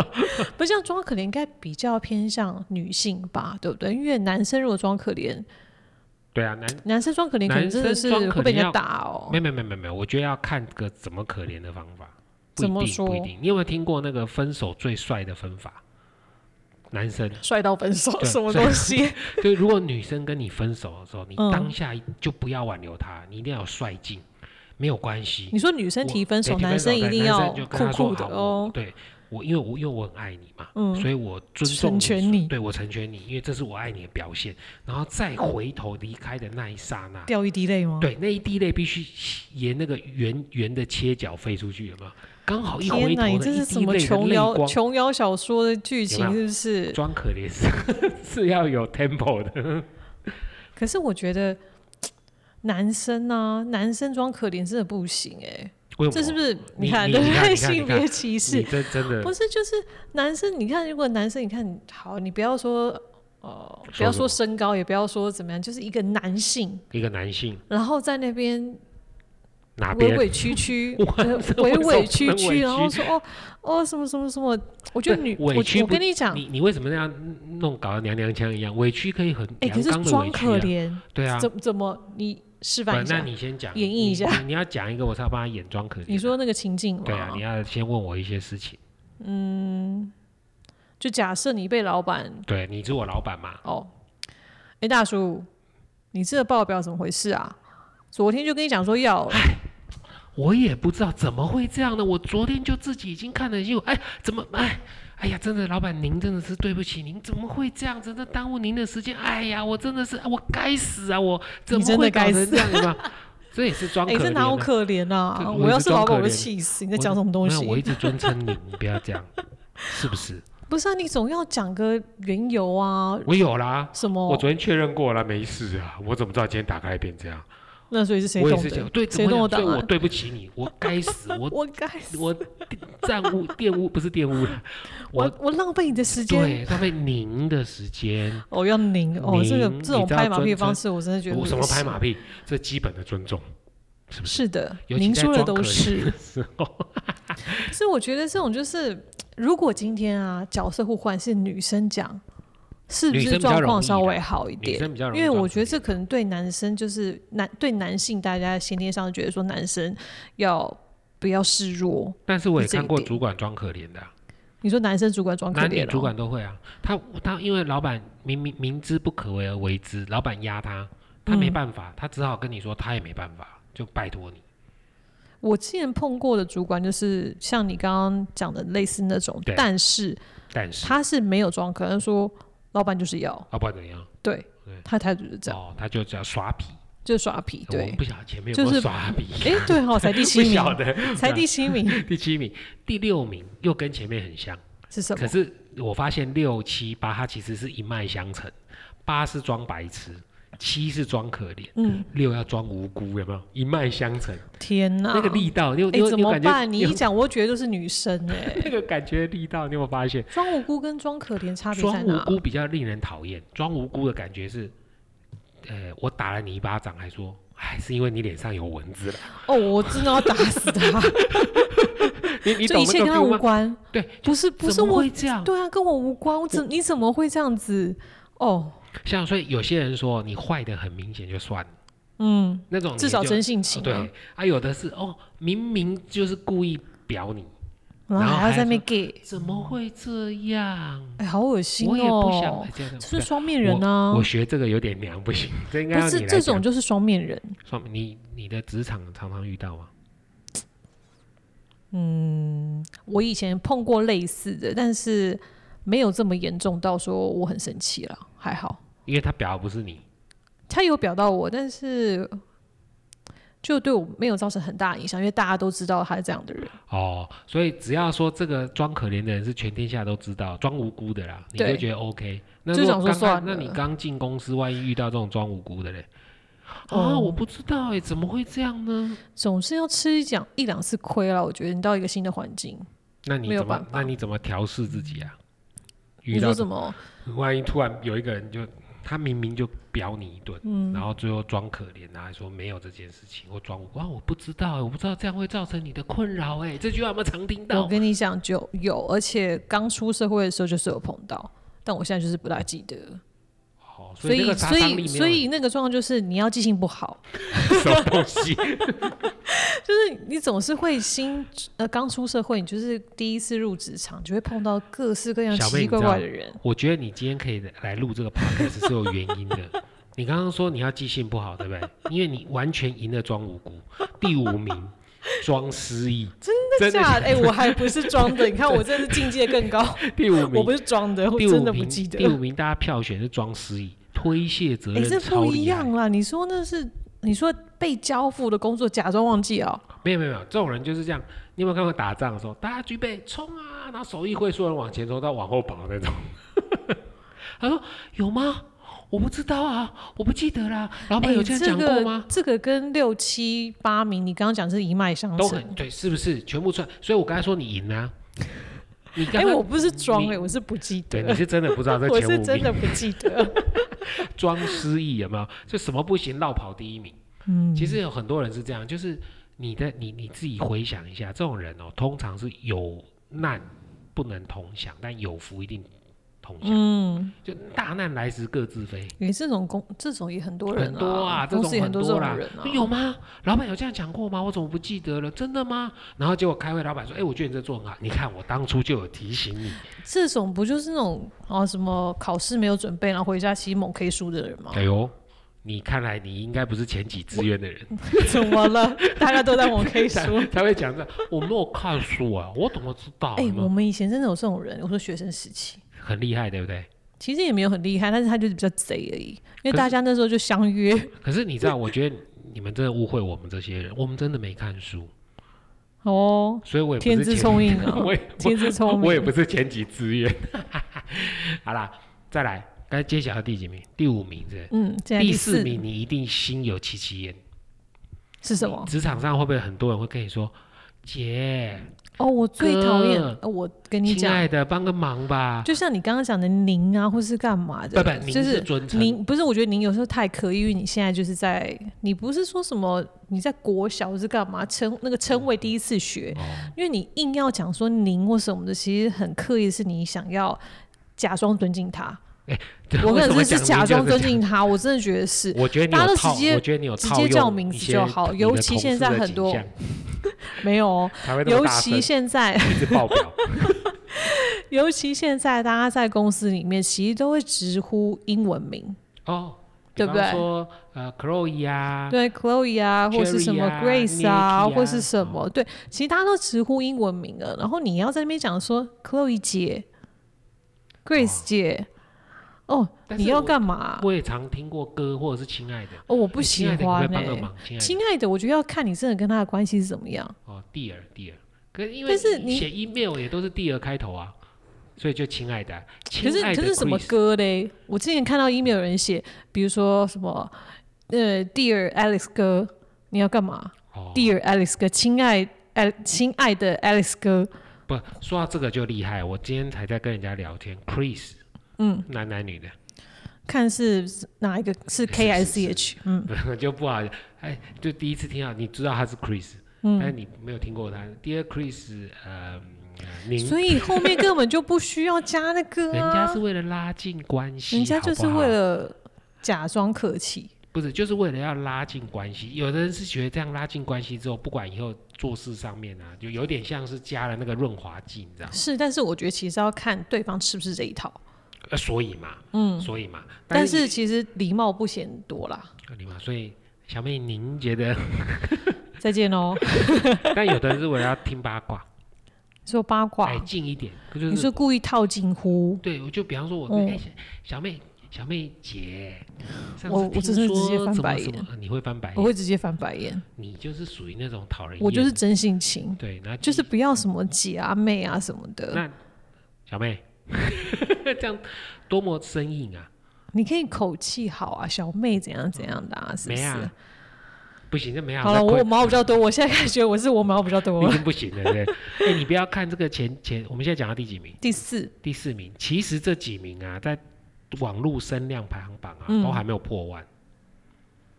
[SPEAKER 2] 不像装可怜，应该比较偏向女性吧，对不对？因为男生如果装可怜，
[SPEAKER 1] 对啊，男
[SPEAKER 2] 男生装可怜可能真的是
[SPEAKER 1] 男生装可怜
[SPEAKER 2] 会被人
[SPEAKER 1] 要
[SPEAKER 2] 家打哦。
[SPEAKER 1] 没有没有没有没有没有，我觉得要看个怎么可怜的方法，不一
[SPEAKER 2] 怎么
[SPEAKER 1] 定
[SPEAKER 2] 说
[SPEAKER 1] 不一定。你有没有听过那个分手最帅的分法？男生
[SPEAKER 2] 帅到分手
[SPEAKER 1] 对
[SPEAKER 2] 什么东西？
[SPEAKER 1] 就如果女生跟你分手的时候，你
[SPEAKER 2] 嗯
[SPEAKER 1] 当下就不要挽留她，你一定要有帅劲，没有关系。
[SPEAKER 2] 你说女生提分手，
[SPEAKER 1] 对提
[SPEAKER 2] 男生一定要
[SPEAKER 1] 对男生就跟
[SPEAKER 2] 酷
[SPEAKER 1] 她说
[SPEAKER 2] 酷的
[SPEAKER 1] 好我
[SPEAKER 2] 哦。
[SPEAKER 1] 对我，因为我因为我很爱你嘛，
[SPEAKER 2] 嗯
[SPEAKER 1] 所以我尊重
[SPEAKER 2] 成全你
[SPEAKER 1] 对我成全你，因为这是我爱你的表现。然后再回头离开的那一刹那，
[SPEAKER 2] 掉一滴泪吗？
[SPEAKER 1] 对那一滴泪必须沿那个圆圆的切角飞出去，有没有？刚好一
[SPEAKER 2] 天
[SPEAKER 1] 回头
[SPEAKER 2] 哪，
[SPEAKER 1] 的
[SPEAKER 2] 你这是
[SPEAKER 1] 一
[SPEAKER 2] 什
[SPEAKER 1] 滴
[SPEAKER 2] 么
[SPEAKER 1] 泪的
[SPEAKER 2] 琼
[SPEAKER 1] 泪
[SPEAKER 2] 瑶
[SPEAKER 1] 光，
[SPEAKER 2] 琼瑶小说的剧情
[SPEAKER 1] 有没
[SPEAKER 2] 是不是？
[SPEAKER 1] 装可怜 是是要有 tempo 的，
[SPEAKER 2] 可是我觉得男生呢、男生装可怜真的不行哎、
[SPEAKER 1] 为什么？
[SPEAKER 2] 这是不是
[SPEAKER 1] 你
[SPEAKER 2] 看
[SPEAKER 1] 你
[SPEAKER 2] 对
[SPEAKER 1] 你
[SPEAKER 2] 不
[SPEAKER 1] 看
[SPEAKER 2] 对？
[SPEAKER 1] 你看
[SPEAKER 2] 性
[SPEAKER 1] 你看
[SPEAKER 2] 别歧视
[SPEAKER 1] 你真真的
[SPEAKER 2] 不是，就是男生，你看，如果男生，你看好，你不要说，呃，不
[SPEAKER 1] 说
[SPEAKER 2] 要
[SPEAKER 1] 什
[SPEAKER 2] 说
[SPEAKER 1] 么
[SPEAKER 2] 身高，也不要说怎么样，就是一个男性，
[SPEAKER 1] 一个男性
[SPEAKER 2] 然后在那边
[SPEAKER 1] 哪
[SPEAKER 2] 委
[SPEAKER 1] 边
[SPEAKER 2] 委屈 屈
[SPEAKER 1] 哇，
[SPEAKER 2] 呃
[SPEAKER 1] 这为
[SPEAKER 2] 委
[SPEAKER 1] 什么
[SPEAKER 2] 委
[SPEAKER 1] 不
[SPEAKER 2] 屈
[SPEAKER 1] 能委
[SPEAKER 2] 屈，然后
[SPEAKER 1] 屈
[SPEAKER 2] 说哦哦什么什么什么，我觉得
[SPEAKER 1] 对
[SPEAKER 2] 女，我
[SPEAKER 1] 委屈
[SPEAKER 2] 我
[SPEAKER 1] 不
[SPEAKER 2] 跟你讲，
[SPEAKER 1] 你你为什么那样弄搞得娘娘腔一样？委屈可以很
[SPEAKER 2] 哎，
[SPEAKER 1] 阳
[SPEAKER 2] 可是
[SPEAKER 1] 刚的
[SPEAKER 2] 装
[SPEAKER 1] 委屈
[SPEAKER 2] 可
[SPEAKER 1] 啊，
[SPEAKER 2] 怜，
[SPEAKER 1] 对啊。
[SPEAKER 2] 怎怎么你示
[SPEAKER 1] 不然
[SPEAKER 2] 范一
[SPEAKER 1] 那
[SPEAKER 2] 下？
[SPEAKER 1] 你先讲，
[SPEAKER 2] 演绎
[SPEAKER 1] 你
[SPEAKER 2] 一下
[SPEAKER 1] 你，你要讲一个，我才帮他演装可怜。
[SPEAKER 2] 你说那个情境嘛，哦
[SPEAKER 1] 对啊，你要先问我一些事情。
[SPEAKER 2] 就假设你被老板
[SPEAKER 1] 对，你是我老板嘛？
[SPEAKER 2] 哦，哎，大叔，你这个报表怎么回事啊？昨天就跟你讲说要了，
[SPEAKER 1] 我也不知道怎么会这样呢。我昨天就自己已经看了新闻，哎，怎么哎？哎呀，真的，老板您真的是对不起，您怎么会这样子？那耽误您的时间，哎呀，我真的是我该死啊！我怎
[SPEAKER 2] 你
[SPEAKER 1] 么
[SPEAKER 2] 真的
[SPEAKER 1] 会搞
[SPEAKER 2] 该
[SPEAKER 1] 成
[SPEAKER 2] 死
[SPEAKER 1] 这样子嘛？ 这也是装可
[SPEAKER 2] 哎、这
[SPEAKER 1] 怜、
[SPEAKER 2] 哪有
[SPEAKER 1] 啊。
[SPEAKER 2] 可怜啊！
[SPEAKER 1] 这
[SPEAKER 2] 我要是老板，我
[SPEAKER 1] 我
[SPEAKER 2] 就
[SPEAKER 1] 一直
[SPEAKER 2] 气死！你在讲什么东
[SPEAKER 1] 那我一
[SPEAKER 2] 西？
[SPEAKER 1] 直尊称你，你不要这样，是不 是？
[SPEAKER 2] 不是啊，你总要讲个缘由啊，
[SPEAKER 1] 我有啦，
[SPEAKER 2] 什
[SPEAKER 1] 我
[SPEAKER 2] 么？
[SPEAKER 1] 昨天确认过了，没事啊。我怎么知道今天打开变这样？
[SPEAKER 2] 那所以是谁
[SPEAKER 1] 我也
[SPEAKER 2] 动
[SPEAKER 1] 是这样，
[SPEAKER 2] 的？啊
[SPEAKER 1] 对，
[SPEAKER 2] 谁
[SPEAKER 1] 怎
[SPEAKER 2] 动
[SPEAKER 1] 么
[SPEAKER 2] 我
[SPEAKER 1] 讲？所以
[SPEAKER 2] 档
[SPEAKER 1] 我
[SPEAKER 2] 案
[SPEAKER 1] 对不起你，我该死，我
[SPEAKER 2] 我该死！
[SPEAKER 1] 我玷污、玷污不是玷污了，我
[SPEAKER 2] 我我浪费你的时间，
[SPEAKER 1] 对浪费您的时间，
[SPEAKER 2] 我、要拧哦，这个
[SPEAKER 1] 拧
[SPEAKER 2] 这种
[SPEAKER 1] 你知道
[SPEAKER 2] 拍马屁
[SPEAKER 1] 尊
[SPEAKER 2] 的方式，我真的觉得
[SPEAKER 1] 我什么
[SPEAKER 2] 不行
[SPEAKER 1] 拍马屁，这基本的尊重，是不是？
[SPEAKER 2] 是的，
[SPEAKER 1] 尤其
[SPEAKER 2] 您
[SPEAKER 1] 在
[SPEAKER 2] 说的
[SPEAKER 1] 装
[SPEAKER 2] 都
[SPEAKER 1] 可怜
[SPEAKER 2] 是
[SPEAKER 1] 的。时候，
[SPEAKER 2] 所以我觉得这种就是，如果今天啊角色互换是女生讲，是不
[SPEAKER 1] 女生
[SPEAKER 2] 是
[SPEAKER 1] 比较
[SPEAKER 2] 状
[SPEAKER 1] 容
[SPEAKER 2] 况
[SPEAKER 1] 易
[SPEAKER 2] 稍
[SPEAKER 1] 啦
[SPEAKER 2] 微好一
[SPEAKER 1] 女
[SPEAKER 2] 点？
[SPEAKER 1] 生比较容易
[SPEAKER 2] 因为
[SPEAKER 1] 装
[SPEAKER 2] 我
[SPEAKER 1] 可
[SPEAKER 2] 觉得
[SPEAKER 1] 怜
[SPEAKER 2] 这可能对男生就是男对男性，大家先天上觉得说男生要不要示弱？
[SPEAKER 1] 但是我也
[SPEAKER 2] 是这一
[SPEAKER 1] 看过
[SPEAKER 2] 点
[SPEAKER 1] 主管装可怜的啊、
[SPEAKER 2] 你说男生主管装可
[SPEAKER 1] 男女
[SPEAKER 2] 怜、哦，
[SPEAKER 1] 主管都会啊。他他因为老板明明明知不可为而为之，老板压他，他没
[SPEAKER 2] 嗯
[SPEAKER 1] 办法，他只好跟你说他也没办法，就拜托你。
[SPEAKER 2] 我之前碰过的主管就是像你刚刚讲的类似那种
[SPEAKER 1] 对，
[SPEAKER 2] 但是
[SPEAKER 1] 但是
[SPEAKER 2] 他是没有装可怜，他说老板就是要，
[SPEAKER 1] 啊，不管怎样，
[SPEAKER 2] 对
[SPEAKER 1] 对
[SPEAKER 2] 他态度就是这样，
[SPEAKER 1] 哦，他就只要耍痞。
[SPEAKER 2] 就是耍皮，
[SPEAKER 1] 我们
[SPEAKER 2] 对。
[SPEAKER 1] 不晓得前面有
[SPEAKER 2] 就
[SPEAKER 1] 没有
[SPEAKER 2] 是
[SPEAKER 1] 耍痞，
[SPEAKER 2] 哎，对哦，才第七
[SPEAKER 1] 不
[SPEAKER 2] 名，
[SPEAKER 1] 晓得
[SPEAKER 2] 才第七名
[SPEAKER 1] 第七名、第六名又跟前面很像，
[SPEAKER 2] 是什么
[SPEAKER 1] 可？是我发现六七八它其实是一脉相承，八是装白痴，七是装可怜。
[SPEAKER 2] 嗯，
[SPEAKER 1] 六要装无辜，有没有一脉相承？
[SPEAKER 2] 天哪，
[SPEAKER 1] 那个力道，你有你
[SPEAKER 2] 哎
[SPEAKER 1] 有
[SPEAKER 2] 怎
[SPEAKER 1] 你有
[SPEAKER 2] 么
[SPEAKER 1] 感觉？
[SPEAKER 2] 办？你一讲，我觉得都是女生哎、
[SPEAKER 1] 那个感觉力道，你有没有发现？
[SPEAKER 2] 装无辜跟装可怜差别在
[SPEAKER 1] 装无
[SPEAKER 2] 哪？
[SPEAKER 1] 辜比较令人讨厌，装无辜的感觉是，呃，我打了你一巴掌，还说，哎，是因为你脸上有蚊子 了，
[SPEAKER 2] 哦，我真的要打死 他，
[SPEAKER 1] 你你
[SPEAKER 2] 就
[SPEAKER 1] 懂
[SPEAKER 2] 一
[SPEAKER 1] 那
[SPEAKER 2] 切
[SPEAKER 1] 个
[SPEAKER 2] 跟他
[SPEAKER 1] feel
[SPEAKER 2] 无
[SPEAKER 1] 吗？
[SPEAKER 2] 关，
[SPEAKER 1] 对，
[SPEAKER 2] 不是不是
[SPEAKER 1] 怎么
[SPEAKER 2] 我
[SPEAKER 1] 会，这样。
[SPEAKER 2] 对啊，跟我无关，我怎你怎么会这样子？哦，
[SPEAKER 1] 像所以有些人说你坏的很明显就算了，
[SPEAKER 2] 嗯，
[SPEAKER 1] 那种
[SPEAKER 2] 至
[SPEAKER 1] 你
[SPEAKER 2] 少
[SPEAKER 1] 就
[SPEAKER 2] 真性情、啊，
[SPEAKER 1] 对，啊，有的是哦，明明就是故意表你，
[SPEAKER 2] 然
[SPEAKER 1] 然
[SPEAKER 2] 后
[SPEAKER 1] 后
[SPEAKER 2] 还要
[SPEAKER 1] 还
[SPEAKER 2] 在那
[SPEAKER 1] 说
[SPEAKER 2] 边给，
[SPEAKER 1] 怎么会这样？
[SPEAKER 2] 哎，好恶心哦，
[SPEAKER 1] 我也不想这样。
[SPEAKER 2] 这是
[SPEAKER 1] 对
[SPEAKER 2] 双面人啊
[SPEAKER 1] 我，学这个有点娘，不行，这应该
[SPEAKER 2] 不
[SPEAKER 1] 要
[SPEAKER 2] 是
[SPEAKER 1] 你来
[SPEAKER 2] 这
[SPEAKER 1] 讲
[SPEAKER 2] 种。就是双面人，
[SPEAKER 1] 说明你你的职场常常遇到吗？啊
[SPEAKER 2] 我以前碰过类似的，但是没有这么严重到说我很生气了，还好。
[SPEAKER 1] 因为他表的不是你，
[SPEAKER 2] 他有表到我，但是就对我没有造成很大影响，因为大家都知道他是这样的人。
[SPEAKER 1] 哦，所以只要说这个装可怜的人是全天下都知道，装无辜的啦，你
[SPEAKER 2] 对
[SPEAKER 1] 就觉得 OK。那
[SPEAKER 2] 就
[SPEAKER 1] 如果
[SPEAKER 2] 想说
[SPEAKER 1] 刚刚
[SPEAKER 2] 算
[SPEAKER 1] 那
[SPEAKER 2] 了
[SPEAKER 1] 你刚进公司，万一遇到这种装无辜的嘞，啊，
[SPEAKER 2] 哦
[SPEAKER 1] 我不知道哎、怎么会这样呢？
[SPEAKER 2] 总是要吃一两一两次亏了，我觉得你到一个新的环境，
[SPEAKER 1] 那你
[SPEAKER 2] 没有
[SPEAKER 1] 怎么
[SPEAKER 2] 办法
[SPEAKER 1] 那你怎么调试自己啊？遇
[SPEAKER 2] 你
[SPEAKER 1] 到
[SPEAKER 2] 说什么？
[SPEAKER 1] 万一突然有一个人就他明明就表你一顿，
[SPEAKER 2] 嗯
[SPEAKER 1] 然后最后装可怜啊，还说没有这件事情，或装无辜啊，我不知道哎、我不知道这样会造成你的困扰哎、这句话有没有常听
[SPEAKER 2] 我
[SPEAKER 1] 到？
[SPEAKER 2] 跟你讲，就有，而且刚出社会的时候就是有碰到，但我现在就是不大记得。
[SPEAKER 1] 哦，
[SPEAKER 2] 所
[SPEAKER 1] 以这
[SPEAKER 2] 以，
[SPEAKER 1] 个杀
[SPEAKER 2] 所
[SPEAKER 1] 伤力没
[SPEAKER 2] 以，
[SPEAKER 1] 有
[SPEAKER 2] 所以那个状况就是你要记性不好，
[SPEAKER 1] 什么东西？
[SPEAKER 2] 就是你总是会新呃刚出社会，你就是第一次入职场，就会碰到各式各样
[SPEAKER 1] 小
[SPEAKER 2] 奇
[SPEAKER 1] 妹
[SPEAKER 2] 奇
[SPEAKER 1] 你
[SPEAKER 2] 怪
[SPEAKER 1] 知道
[SPEAKER 2] 怪的人。
[SPEAKER 1] 我觉得你今天可以来录这个 podcast 是有原因的。你刚刚说你要记性不好，对不对？因为你完全赢了装无辜，第五名装失忆，真
[SPEAKER 2] 真的
[SPEAKER 1] 假
[SPEAKER 2] 假的？哎、我还不是装的，你看我这是境界更高，
[SPEAKER 1] 第五
[SPEAKER 2] 我
[SPEAKER 1] 名
[SPEAKER 2] 不，是装的，我
[SPEAKER 1] 第五
[SPEAKER 2] 哦真的不
[SPEAKER 1] 名，
[SPEAKER 2] 记得
[SPEAKER 1] 第。五名，大家票选是装失忆，推卸责
[SPEAKER 2] 哎、
[SPEAKER 1] 任
[SPEAKER 2] 这
[SPEAKER 1] 超
[SPEAKER 2] 不一
[SPEAKER 1] 厉害
[SPEAKER 2] 样。啦！你说那是你说被交付的工作假装忘记哦，
[SPEAKER 1] 没有没有没有，这种人就是这样。你有没有看过打仗的时候，大家举备冲啊，然后手一挥，所有人往前冲，到往后跑那种？ 他说有吗？我不知道啊，我不记得啦。老板有这样讲过吗？
[SPEAKER 2] 哎这个跟六七八名，你刚刚讲是一脉相
[SPEAKER 1] 都
[SPEAKER 2] 承
[SPEAKER 1] 很。对，是不是全部算？所以我刚才说你赢啊，你刚
[SPEAKER 2] 哎、
[SPEAKER 1] 刚、
[SPEAKER 2] 我不是装哎、
[SPEAKER 1] 你
[SPEAKER 2] 我是不记
[SPEAKER 1] 对 你
[SPEAKER 2] 得，
[SPEAKER 1] 是真的不知道这
[SPEAKER 2] 我
[SPEAKER 1] 前
[SPEAKER 2] 是
[SPEAKER 1] 五
[SPEAKER 2] 真的
[SPEAKER 1] 名
[SPEAKER 2] 不记 得。
[SPEAKER 1] 装失忆有没有？就什么不行，绕跑第一名。
[SPEAKER 2] 嗯，
[SPEAKER 1] 其实有很多人是这样，就是你的你你自己回想一下，这种人哦，通常是有难不能同享，但有福一定同享。
[SPEAKER 2] 嗯，
[SPEAKER 1] 就大难来时各自飞，
[SPEAKER 2] 你这种公这种也很多人、
[SPEAKER 1] 很多啊，这
[SPEAKER 2] 公
[SPEAKER 1] 种
[SPEAKER 2] 司也很多这
[SPEAKER 1] 多
[SPEAKER 2] 种
[SPEAKER 1] 啦哎
[SPEAKER 2] 人啊。。
[SPEAKER 1] 有吗？老板有这样讲过吗？我怎么不记得了？真的吗？然后结果开会，老板说：“哎，我觉得你这做很好，你看我当初就有提醒你。
[SPEAKER 2] 这种不就是那种啊什么考试没有准备，然后回家期猛 K 书的人吗？
[SPEAKER 1] 哎呦，你看来你应该不是前几志愿的人。
[SPEAKER 2] 怎么了？大家都在猛 K
[SPEAKER 1] 才
[SPEAKER 2] 书。
[SPEAKER 1] 才会讲这样，我没有看书啊，我怎么知道？
[SPEAKER 2] 哎、
[SPEAKER 1] 有没有
[SPEAKER 2] 我们以前真的有这种人，我说学生时期。
[SPEAKER 1] 很厉害，对不对？
[SPEAKER 2] 其实也没有很厉害，但是他就是比较贼而已，因
[SPEAKER 1] 可
[SPEAKER 2] 为
[SPEAKER 1] 是
[SPEAKER 2] 大家那时候就相约，
[SPEAKER 1] 可是你知道，我觉得你们真的误会我们这些人，我们真的没看书，
[SPEAKER 2] 哦，
[SPEAKER 1] 所以我也不是，
[SPEAKER 2] 天资聪颖 啊
[SPEAKER 1] 我也
[SPEAKER 2] 天资聪
[SPEAKER 1] 我
[SPEAKER 2] 明，
[SPEAKER 1] 也不是前几志愿。 好啦，再来，刚才揭晓了第几名？第五名是不是
[SPEAKER 2] 嗯，现在
[SPEAKER 1] 第
[SPEAKER 2] 四
[SPEAKER 1] 四名，你一定心有戚戚焉。
[SPEAKER 2] 是什么？
[SPEAKER 1] 职场上会不会很多人会跟你说：“姐，
[SPEAKER 2] 哦，我最讨厌
[SPEAKER 1] 哥，
[SPEAKER 2] 呃我跟你
[SPEAKER 1] 亲
[SPEAKER 2] 讲，
[SPEAKER 1] 爱的，帮个忙吧
[SPEAKER 2] 就像你刚刚讲的您啊，或是干嘛？”
[SPEAKER 1] 不
[SPEAKER 2] 的，
[SPEAKER 1] 不，您
[SPEAKER 2] 就是是
[SPEAKER 1] 尊称，
[SPEAKER 2] 您不是，我觉得您有时候太刻意，因为你现在就是在，你不是说什么你在国小是干嘛称那个称谓第一次学，因为你硬要讲说您或什么的，其实很刻意，是你想要假装尊敬他。
[SPEAKER 1] 对
[SPEAKER 2] 我
[SPEAKER 1] 为
[SPEAKER 2] 可
[SPEAKER 1] 什
[SPEAKER 2] 能
[SPEAKER 1] 么
[SPEAKER 2] 是
[SPEAKER 1] 讲
[SPEAKER 2] 假
[SPEAKER 1] 您就
[SPEAKER 2] 装
[SPEAKER 1] 是
[SPEAKER 2] 尊
[SPEAKER 1] 这样
[SPEAKER 2] 敬他，我真的觉得是。
[SPEAKER 1] 我觉得你
[SPEAKER 2] 大家
[SPEAKER 1] 有
[SPEAKER 2] 都
[SPEAKER 1] 套，
[SPEAKER 2] 直接
[SPEAKER 1] 我觉得你有
[SPEAKER 2] 直
[SPEAKER 1] 套
[SPEAKER 2] 接叫
[SPEAKER 1] 用
[SPEAKER 2] 名字
[SPEAKER 1] 一些
[SPEAKER 2] 就好
[SPEAKER 1] 你
[SPEAKER 2] 尤
[SPEAKER 1] 的
[SPEAKER 2] 其
[SPEAKER 1] 同
[SPEAKER 2] 现
[SPEAKER 1] 事
[SPEAKER 2] 在
[SPEAKER 1] 的
[SPEAKER 2] 很
[SPEAKER 1] 景
[SPEAKER 2] 多
[SPEAKER 1] 象
[SPEAKER 2] 没有哦，
[SPEAKER 1] 才会那么
[SPEAKER 2] 尤
[SPEAKER 1] 大声
[SPEAKER 2] 其现在，
[SPEAKER 1] 一直爆表。
[SPEAKER 2] 尤其现在，大家在公司里面其实都会直呼英文名，
[SPEAKER 1] 哦，比
[SPEAKER 2] 对不
[SPEAKER 1] 方
[SPEAKER 2] 对
[SPEAKER 1] 说呃，Chloe 啊，
[SPEAKER 2] 对，Chloe 啊，或是什么
[SPEAKER 1] Cherry 啊
[SPEAKER 2] Grace
[SPEAKER 1] ，Nikki 啊
[SPEAKER 2] 或是什么，对，其实大家都直呼英文名了。然后你要在那边讲说 Chloe 姐、Grace 姐，哦，
[SPEAKER 1] 但是
[SPEAKER 2] 你要
[SPEAKER 1] 我
[SPEAKER 2] 干嘛？
[SPEAKER 1] 我也常听过歌或者是亲爱的，
[SPEAKER 2] 哦，我不喜
[SPEAKER 1] 亲爱的，你会
[SPEAKER 2] 欢呢、
[SPEAKER 1] 帮个忙，亲爱
[SPEAKER 2] 亲
[SPEAKER 1] 的。
[SPEAKER 2] 爱的，我觉得要看你真的跟他的关系是怎么样。
[SPEAKER 1] 哦，Dear Dear，可是因为
[SPEAKER 2] 但是你
[SPEAKER 1] 写 email 也都是 Dear 开头啊，所以就亲爱的啊，
[SPEAKER 2] 可
[SPEAKER 1] 亲
[SPEAKER 2] 是
[SPEAKER 1] 爱
[SPEAKER 2] 可
[SPEAKER 1] 的
[SPEAKER 2] 是什么
[SPEAKER 1] Chris
[SPEAKER 2] 歌嘞？我之前看到 email 有人写，比如说什么呃，Dear Alex 哥，你要干嘛、
[SPEAKER 1] 哦，
[SPEAKER 2] d e a r Alex 哥，亲爱。哎，亲爱的 Alex 哥，
[SPEAKER 1] 不说到这个就厉害，我今天才在跟人家聊天，Chris，
[SPEAKER 2] 嗯，
[SPEAKER 1] 男男女的，
[SPEAKER 2] 看是哪一个是 K 还是 C H？嗯，
[SPEAKER 1] 就不好意思，哎，就第一次听到，你知道他是 Chris，但
[SPEAKER 2] 嗯
[SPEAKER 1] 是你没有听过他，Dear Chris，呃，您
[SPEAKER 2] 所以后面根本就不需要加那个、
[SPEAKER 1] 人家
[SPEAKER 2] 啊，
[SPEAKER 1] 是为了拉近关系，
[SPEAKER 2] 人家就是
[SPEAKER 1] 好不好
[SPEAKER 2] 为了假装客气。
[SPEAKER 1] 不是就是为了要拉近关系。有的人是觉得这样拉近关系之后，不管以后做事上面啊，就有点像是加了那个润滑剂，你知道吗？
[SPEAKER 2] 是，但是我觉得其实要看对方吃不吃这一套。
[SPEAKER 1] 呃，所以嘛，嗯，所以嘛，
[SPEAKER 2] 但
[SPEAKER 1] 是哦
[SPEAKER 2] 是其实礼貌不嫌多啦。
[SPEAKER 1] 你嘛，所以小妹您觉得，
[SPEAKER 2] 再见哦，
[SPEAKER 1] 但有的人是为了要听八卦，
[SPEAKER 2] 说八卦
[SPEAKER 1] 哎，，近一点，就
[SPEAKER 2] 你
[SPEAKER 1] 是
[SPEAKER 2] 说故意套近乎，
[SPEAKER 1] 对，我就比方说我，
[SPEAKER 2] 嗯
[SPEAKER 1] 哎、小小妹，小妹姐，上
[SPEAKER 2] 我
[SPEAKER 1] 次
[SPEAKER 2] 我
[SPEAKER 1] 听
[SPEAKER 2] 真的直接
[SPEAKER 1] 说
[SPEAKER 2] 翻
[SPEAKER 1] 怎么
[SPEAKER 2] 白
[SPEAKER 1] 怎
[SPEAKER 2] 眼
[SPEAKER 1] 么，呃你会翻白
[SPEAKER 2] 我
[SPEAKER 1] 眼，
[SPEAKER 2] 会直接翻白眼。
[SPEAKER 1] 你就是属于那种讨人厌，
[SPEAKER 2] 我就是真性情，
[SPEAKER 1] 对，那
[SPEAKER 2] 就是不要什么姐啊、妹啊什么的。
[SPEAKER 1] 那小妹， 这样多么生硬啊！
[SPEAKER 2] 你可以口气好啊，小妹怎样怎样的啊，是不
[SPEAKER 1] 没
[SPEAKER 2] 是
[SPEAKER 1] 啊？，不行，这没啊。
[SPEAKER 2] 好
[SPEAKER 1] 那
[SPEAKER 2] 了，我
[SPEAKER 1] 亏
[SPEAKER 2] 我毛比较多，我现在开始觉得我是我毛比较
[SPEAKER 1] 已
[SPEAKER 2] 多。
[SPEAKER 1] 经不行了，对不对？哎、 你不要看这个前前，我们现在讲到第几名？
[SPEAKER 2] 第四，
[SPEAKER 1] 第四名。其实这几名啊，在网络声量排行榜啊，
[SPEAKER 2] 嗯
[SPEAKER 1] 都还没有破万，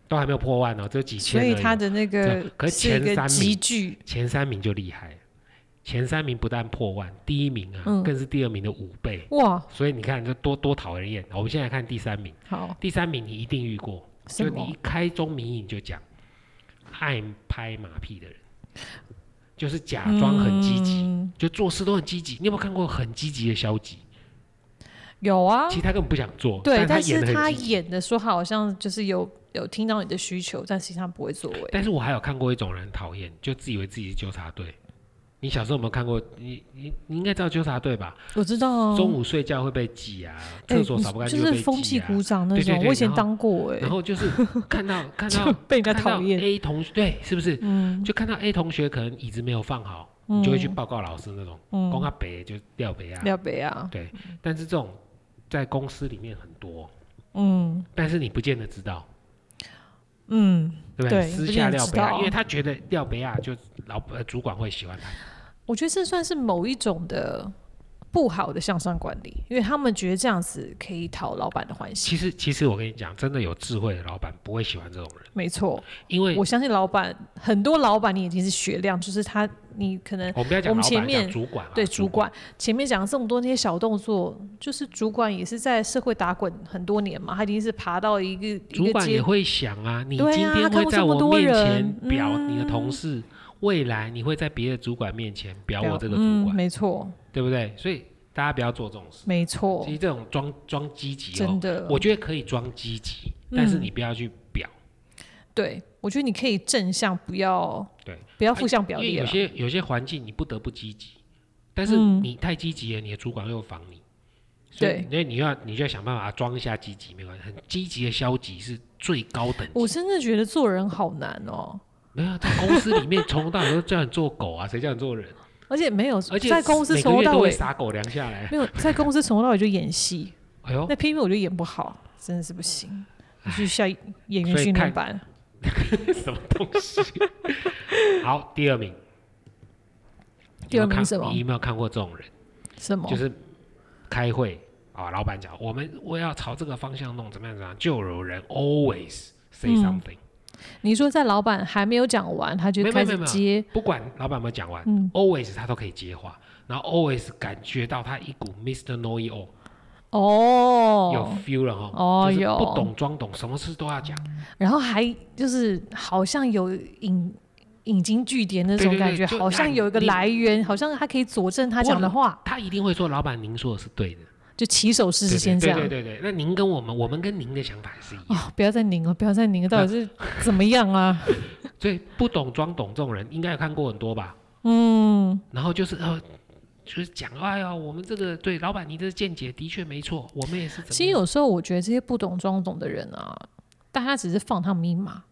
[SPEAKER 1] 都还没有破万哦，只有几千
[SPEAKER 2] 所
[SPEAKER 1] 而已
[SPEAKER 2] 以
[SPEAKER 1] 哦。
[SPEAKER 2] 他的那
[SPEAKER 1] 对
[SPEAKER 2] 个
[SPEAKER 1] 可是
[SPEAKER 2] 是一
[SPEAKER 1] 前三
[SPEAKER 2] 个
[SPEAKER 1] 名
[SPEAKER 2] 集聚，
[SPEAKER 1] 前三名就厉害了，前三名不但破万，第一名啊，
[SPEAKER 2] 嗯
[SPEAKER 1] 更是第二名的五倍。
[SPEAKER 2] 哇，
[SPEAKER 1] 所以你看，这多多讨人厌。我们现在看第三名，
[SPEAKER 2] 好
[SPEAKER 1] 第三名你一定遇过，
[SPEAKER 2] 什
[SPEAKER 1] 就你
[SPEAKER 2] 么
[SPEAKER 1] 一？开宗明义你就讲，爱拍马屁的人，就是假装很积极，
[SPEAKER 2] 嗯
[SPEAKER 1] 就做事都很积极。你有没有看过很积极的消极？
[SPEAKER 2] 有啊，
[SPEAKER 1] 其实他根本不想做，
[SPEAKER 2] 对，
[SPEAKER 1] 他
[SPEAKER 2] 但
[SPEAKER 1] 演
[SPEAKER 2] 是
[SPEAKER 1] 的
[SPEAKER 2] 他
[SPEAKER 1] 很积极。
[SPEAKER 2] 演的说好像就是有有听到你的需求，但实际上不会作为。
[SPEAKER 1] 但是我还有看过一种人很讨厌，就自以为自己是纠察队，你小时候有没有看过？你你你应该知道纠察队吧？
[SPEAKER 2] 我知道啊。
[SPEAKER 1] 中午睡觉会被挤啊，
[SPEAKER 2] 哎
[SPEAKER 1] 厕所扫不干
[SPEAKER 2] 就
[SPEAKER 1] 会
[SPEAKER 2] 是
[SPEAKER 1] 被
[SPEAKER 2] 风
[SPEAKER 1] 挤
[SPEAKER 2] 气
[SPEAKER 1] 啊。
[SPEAKER 2] 鼓掌那
[SPEAKER 1] 对对
[SPEAKER 2] 种，
[SPEAKER 1] 对
[SPEAKER 2] 我以前
[SPEAKER 1] 然后
[SPEAKER 2] 当过哎
[SPEAKER 1] 然，后就是看到看
[SPEAKER 2] 就
[SPEAKER 1] 到
[SPEAKER 2] 被人家
[SPEAKER 1] 看到哎
[SPEAKER 2] 讨厌。
[SPEAKER 1] A 同学，对，是不是？
[SPEAKER 2] 嗯，
[SPEAKER 1] 就看到 A 同学可能椅子没有放好，你就会去报告老师那种，
[SPEAKER 2] 嗯
[SPEAKER 1] 光他北就掉北啊。
[SPEAKER 2] 廖北啊，
[SPEAKER 1] 但是这种在公司里面很多，
[SPEAKER 2] 嗯
[SPEAKER 1] 但是你不见得知道，
[SPEAKER 2] 嗯，
[SPEAKER 1] 对不对？
[SPEAKER 2] 对
[SPEAKER 1] 私
[SPEAKER 2] 不
[SPEAKER 1] 下
[SPEAKER 2] 见得
[SPEAKER 1] 廖
[SPEAKER 2] 知
[SPEAKER 1] 北亚，
[SPEAKER 2] 道
[SPEAKER 1] 因为他觉得廖北亚就老呃主管会喜欢他，
[SPEAKER 2] 我觉得这算是某一种的不好的向上管理，因为他们觉得这样子可以讨老板的欢心。
[SPEAKER 1] 其实，其实我跟你讲，真的有智慧的老板不会喜欢这种人，
[SPEAKER 2] 没错，
[SPEAKER 1] 因为
[SPEAKER 2] 我相信老板很多老板你已经是血量，就是他你可能
[SPEAKER 1] 我们不要
[SPEAKER 2] 我
[SPEAKER 1] 讲
[SPEAKER 2] 们
[SPEAKER 1] 老
[SPEAKER 2] 前
[SPEAKER 1] 板，
[SPEAKER 2] 面
[SPEAKER 1] 讲主管啊，
[SPEAKER 2] 对主管前面讲了这么多那些小动作，就是主管也是在社会打滚很多年嘛，他已经是爬到一个一
[SPEAKER 1] 主
[SPEAKER 2] 个
[SPEAKER 1] 管
[SPEAKER 2] 阶
[SPEAKER 1] 也会想啊，你今
[SPEAKER 2] 对啊
[SPEAKER 1] 天
[SPEAKER 2] 看
[SPEAKER 1] 会
[SPEAKER 2] 过
[SPEAKER 1] 在
[SPEAKER 2] 这么
[SPEAKER 1] 我
[SPEAKER 2] 多
[SPEAKER 1] 面前
[SPEAKER 2] 人嗯
[SPEAKER 1] 表你的同事，未来你会在别的主管面前表我这个主
[SPEAKER 2] 嗯，
[SPEAKER 1] 管，
[SPEAKER 2] 没错
[SPEAKER 1] 对不对？所以大家不要做这种事。
[SPEAKER 2] 没错
[SPEAKER 1] 其，实这种装装积极
[SPEAKER 2] 真
[SPEAKER 1] 哦，
[SPEAKER 2] 的，
[SPEAKER 1] 我觉得可以装积极，但是
[SPEAKER 2] 嗯
[SPEAKER 1] 你不要去表，
[SPEAKER 2] 对我觉得你可以正向，不要
[SPEAKER 1] 对，
[SPEAKER 2] 不要负向表啊
[SPEAKER 1] 因为
[SPEAKER 2] 列
[SPEAKER 1] 有
[SPEAKER 2] 了，
[SPEAKER 1] 些有些环境你不得不积极，但是
[SPEAKER 2] 嗯
[SPEAKER 1] 你太积极了，你的主管又防你。所以
[SPEAKER 2] 对，
[SPEAKER 1] 那你要你就要想办法装一下积极，没关系。很积极的消极是最高等
[SPEAKER 2] 我
[SPEAKER 1] 级。
[SPEAKER 2] 真的觉得做人好难哦。
[SPEAKER 1] 没有在公司里面从头到尾都叫你做狗啊，谁叫你做人？
[SPEAKER 2] 而且没有，
[SPEAKER 1] 而且
[SPEAKER 2] 在公司
[SPEAKER 1] 每个
[SPEAKER 2] 从头
[SPEAKER 1] 月
[SPEAKER 2] 到
[SPEAKER 1] 都会
[SPEAKER 2] 尾
[SPEAKER 1] 撒狗粮下来。
[SPEAKER 2] 没有，在公司从头到尾就演戏，
[SPEAKER 1] 哎呦，
[SPEAKER 2] 那偏偏我就演不好，真的是不行。你去下演员
[SPEAKER 1] 所以
[SPEAKER 2] 训练
[SPEAKER 1] 看
[SPEAKER 2] 班，
[SPEAKER 1] 什么东 西？好，第二名。
[SPEAKER 2] 第
[SPEAKER 1] 你有没有
[SPEAKER 2] 二名
[SPEAKER 1] 看
[SPEAKER 2] 什么
[SPEAKER 1] 你有没有看过这种人？
[SPEAKER 2] 什么？
[SPEAKER 1] 就是开会啊，老板讲我们我要朝这个方向弄，怎么样怎么样，就有人 always say
[SPEAKER 2] 嗯
[SPEAKER 1] something，、
[SPEAKER 2] 你说在老板还没有讲完，他就
[SPEAKER 1] 没有
[SPEAKER 2] 开
[SPEAKER 1] 没
[SPEAKER 2] 始
[SPEAKER 1] 有没有
[SPEAKER 2] 接，
[SPEAKER 1] 不管老板有没有讲完、
[SPEAKER 2] 嗯
[SPEAKER 1] a l w a y s 他都可以接话，然后 always 感觉到他一股 Mr. n o i o 有
[SPEAKER 2] 哦，
[SPEAKER 1] feel 了哈，
[SPEAKER 2] 哦
[SPEAKER 1] 就是
[SPEAKER 2] 有
[SPEAKER 1] 不懂装懂，什么事都要讲，
[SPEAKER 2] 然后还就是好像有引引经据典那
[SPEAKER 1] 对
[SPEAKER 2] 种
[SPEAKER 1] 对
[SPEAKER 2] 感
[SPEAKER 1] 对
[SPEAKER 2] 觉，
[SPEAKER 1] 就
[SPEAKER 2] 好像
[SPEAKER 1] 让
[SPEAKER 2] 有一个
[SPEAKER 1] 你
[SPEAKER 2] 来源，好像他可以佐证他
[SPEAKER 1] 不过
[SPEAKER 2] 讲的话，
[SPEAKER 1] 他一定会说老板您说的是对的，
[SPEAKER 2] 就起手式
[SPEAKER 1] 对对
[SPEAKER 2] 先这
[SPEAKER 1] 对
[SPEAKER 2] 样
[SPEAKER 1] 对。对对，那您跟我们，我们跟您的想法是一样，
[SPEAKER 2] 哦，不要再拧了，不要再拧了，到底是怎么样啊？
[SPEAKER 1] 所以不懂装懂这种人应该有看过很多吧，
[SPEAKER 2] 嗯，
[SPEAKER 1] 然后就是呃，就是讲，哎呀，我们这个对老板你的见解的确没错，我们也是怎
[SPEAKER 2] 其
[SPEAKER 1] 么
[SPEAKER 2] 实
[SPEAKER 1] 样？
[SPEAKER 2] 有时候我觉得这些不懂装懂的人啊，大家只是放他们一马，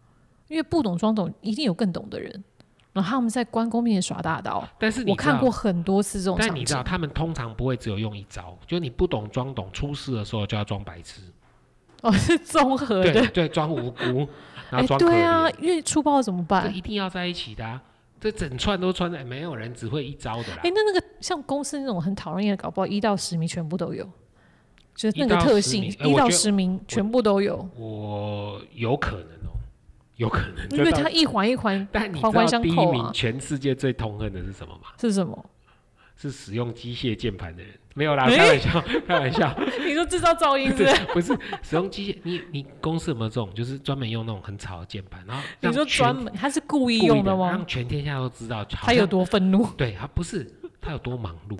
[SPEAKER 2] 因为不懂装懂一定有更懂的人，然后他们在关公面前耍大刀。
[SPEAKER 1] 但是你
[SPEAKER 2] 我
[SPEAKER 1] 知道
[SPEAKER 2] 看过，很多次这种
[SPEAKER 1] 但
[SPEAKER 2] 场
[SPEAKER 1] 你知道
[SPEAKER 2] 景，
[SPEAKER 1] 他们通常不会只有用一招，就你不懂装懂，出事的时候就要装白痴，
[SPEAKER 2] 哦，是综合的。
[SPEAKER 1] 对对，装无辜，然
[SPEAKER 2] 哎
[SPEAKER 1] 后，装可
[SPEAKER 2] 对啊
[SPEAKER 1] 怜，，
[SPEAKER 2] 因为粗暴怎么办
[SPEAKER 1] 这？一定要在一起的、啊，这整串都穿在，哎没有人只会一招的啦
[SPEAKER 2] 哎，。那那个像公司那种很讨人厌的，搞不好一到十名全部都有，就是那
[SPEAKER 1] 一
[SPEAKER 2] 个
[SPEAKER 1] 到
[SPEAKER 2] 特
[SPEAKER 1] 十
[SPEAKER 2] 性，
[SPEAKER 1] 名哎
[SPEAKER 2] 一
[SPEAKER 1] 我觉
[SPEAKER 2] 到
[SPEAKER 1] 得
[SPEAKER 2] 十名全部都有，
[SPEAKER 1] 我有可能哦，有可能，
[SPEAKER 2] 因为
[SPEAKER 1] 这倒
[SPEAKER 2] 他一环一环
[SPEAKER 1] 但你
[SPEAKER 2] 环环
[SPEAKER 1] 知道
[SPEAKER 2] 相
[SPEAKER 1] 第一
[SPEAKER 2] 扣
[SPEAKER 1] 名
[SPEAKER 2] 啊
[SPEAKER 1] 全世界最痛恨的是什么吗？
[SPEAKER 2] 是什么？
[SPEAKER 1] 是使用机械键盘的人。没有啦，
[SPEAKER 2] 哎
[SPEAKER 1] 开玩笑， 开玩笑。
[SPEAKER 2] 你说制造噪音是不是？
[SPEAKER 1] 不是使用机械，你你公司有没有这种，就是专门用那种很吵的键盘，然后
[SPEAKER 2] 你
[SPEAKER 1] 让
[SPEAKER 2] 说
[SPEAKER 1] 全
[SPEAKER 2] 专门他是故意
[SPEAKER 1] 故意
[SPEAKER 2] 用的
[SPEAKER 1] 的
[SPEAKER 2] 吗
[SPEAKER 1] 让？全天下都知道好
[SPEAKER 2] 他有
[SPEAKER 1] 像
[SPEAKER 2] 多愤怒？
[SPEAKER 1] 对他不是他有多忙 碌，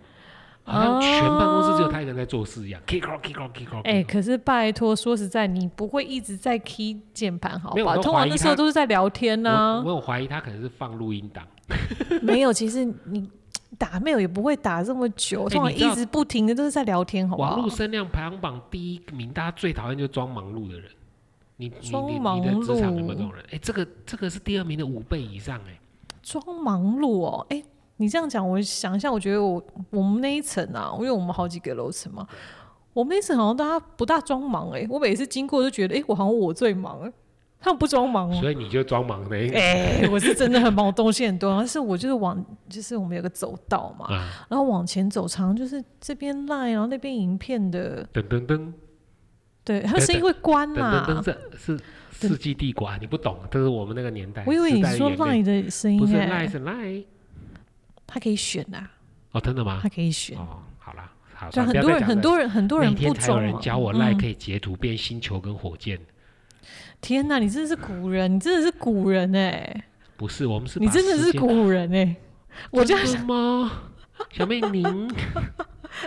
[SPEAKER 1] 好像全办公室只有他一个人在做事一样，kick rock kick rock kick rock。
[SPEAKER 2] 哎、啊可是拜托，说实在，你不会一直在 key 键盘好
[SPEAKER 1] 没有
[SPEAKER 2] 吧？
[SPEAKER 1] 我都
[SPEAKER 2] 通
[SPEAKER 1] 怀
[SPEAKER 2] 常
[SPEAKER 1] 疑
[SPEAKER 2] 那时
[SPEAKER 1] 他
[SPEAKER 2] 候都是在聊天呢、
[SPEAKER 1] 我我有怀疑他可能是放录音档，
[SPEAKER 2] 没有，其实你打 mail 也不会打这么久，
[SPEAKER 1] 哎
[SPEAKER 2] 通常
[SPEAKER 1] 你知道
[SPEAKER 2] 一直不停的都是在聊天，好不
[SPEAKER 1] 网
[SPEAKER 2] 好
[SPEAKER 1] 络？声量排行榜第一名，大家最讨厌就是装忙碌的人。你你
[SPEAKER 2] 装
[SPEAKER 1] 你你
[SPEAKER 2] 忙
[SPEAKER 1] 的职场有没有
[SPEAKER 2] 碌
[SPEAKER 1] 这种人？哎、这个这个是第二名的五倍以上哎、
[SPEAKER 2] 装忙碌哦，哎、你这样讲，我想一下，我觉得我我们那一层啊，因为我们好几个楼层嘛，我们那一层好像大家不大装忙哎、我每次经过都觉得，哎、我好像我最忙、哎他们不装忙哦。
[SPEAKER 1] 所以你就装忙的一个
[SPEAKER 2] 哎、我是真的很忙，我东西很多，但是我就是往，就是我们有个走道嘛，
[SPEAKER 1] 啊，
[SPEAKER 2] 然后往前走，常常就是这边 line，然后那边影片的，
[SPEAKER 1] 噔噔噔。
[SPEAKER 2] 对，它 声音会关
[SPEAKER 1] 等
[SPEAKER 2] 啦。
[SPEAKER 1] 等等，这是世纪帝国啊！你不懂，这是我们那个年代。
[SPEAKER 2] 我以为你说
[SPEAKER 1] 时代的眼泪
[SPEAKER 2] line 的声
[SPEAKER 1] 不
[SPEAKER 2] 音
[SPEAKER 1] 是
[SPEAKER 2] 哎、
[SPEAKER 1] lie 是 lie
[SPEAKER 2] 它可以选啊，
[SPEAKER 1] 哦，真的吗
[SPEAKER 2] 它？可以选。
[SPEAKER 1] 哦，好啦，好，
[SPEAKER 2] 就
[SPEAKER 1] 算了
[SPEAKER 2] 很多人，哎很。
[SPEAKER 1] 不要再讲了
[SPEAKER 2] 多人，很多人
[SPEAKER 1] 那
[SPEAKER 2] 不啊嗯
[SPEAKER 1] 天才有
[SPEAKER 2] 装
[SPEAKER 1] 人
[SPEAKER 2] 嘛。
[SPEAKER 1] 教我 lie 可以截图变星球跟火箭，
[SPEAKER 2] 天哪，你真的是古人，你真的是古人哎、
[SPEAKER 1] 不是我们是
[SPEAKER 2] 你
[SPEAKER 1] 把
[SPEAKER 2] 真的
[SPEAKER 1] 时
[SPEAKER 2] 是
[SPEAKER 1] 间
[SPEAKER 2] 古人哎、我这样
[SPEAKER 1] 真的吗？小妹您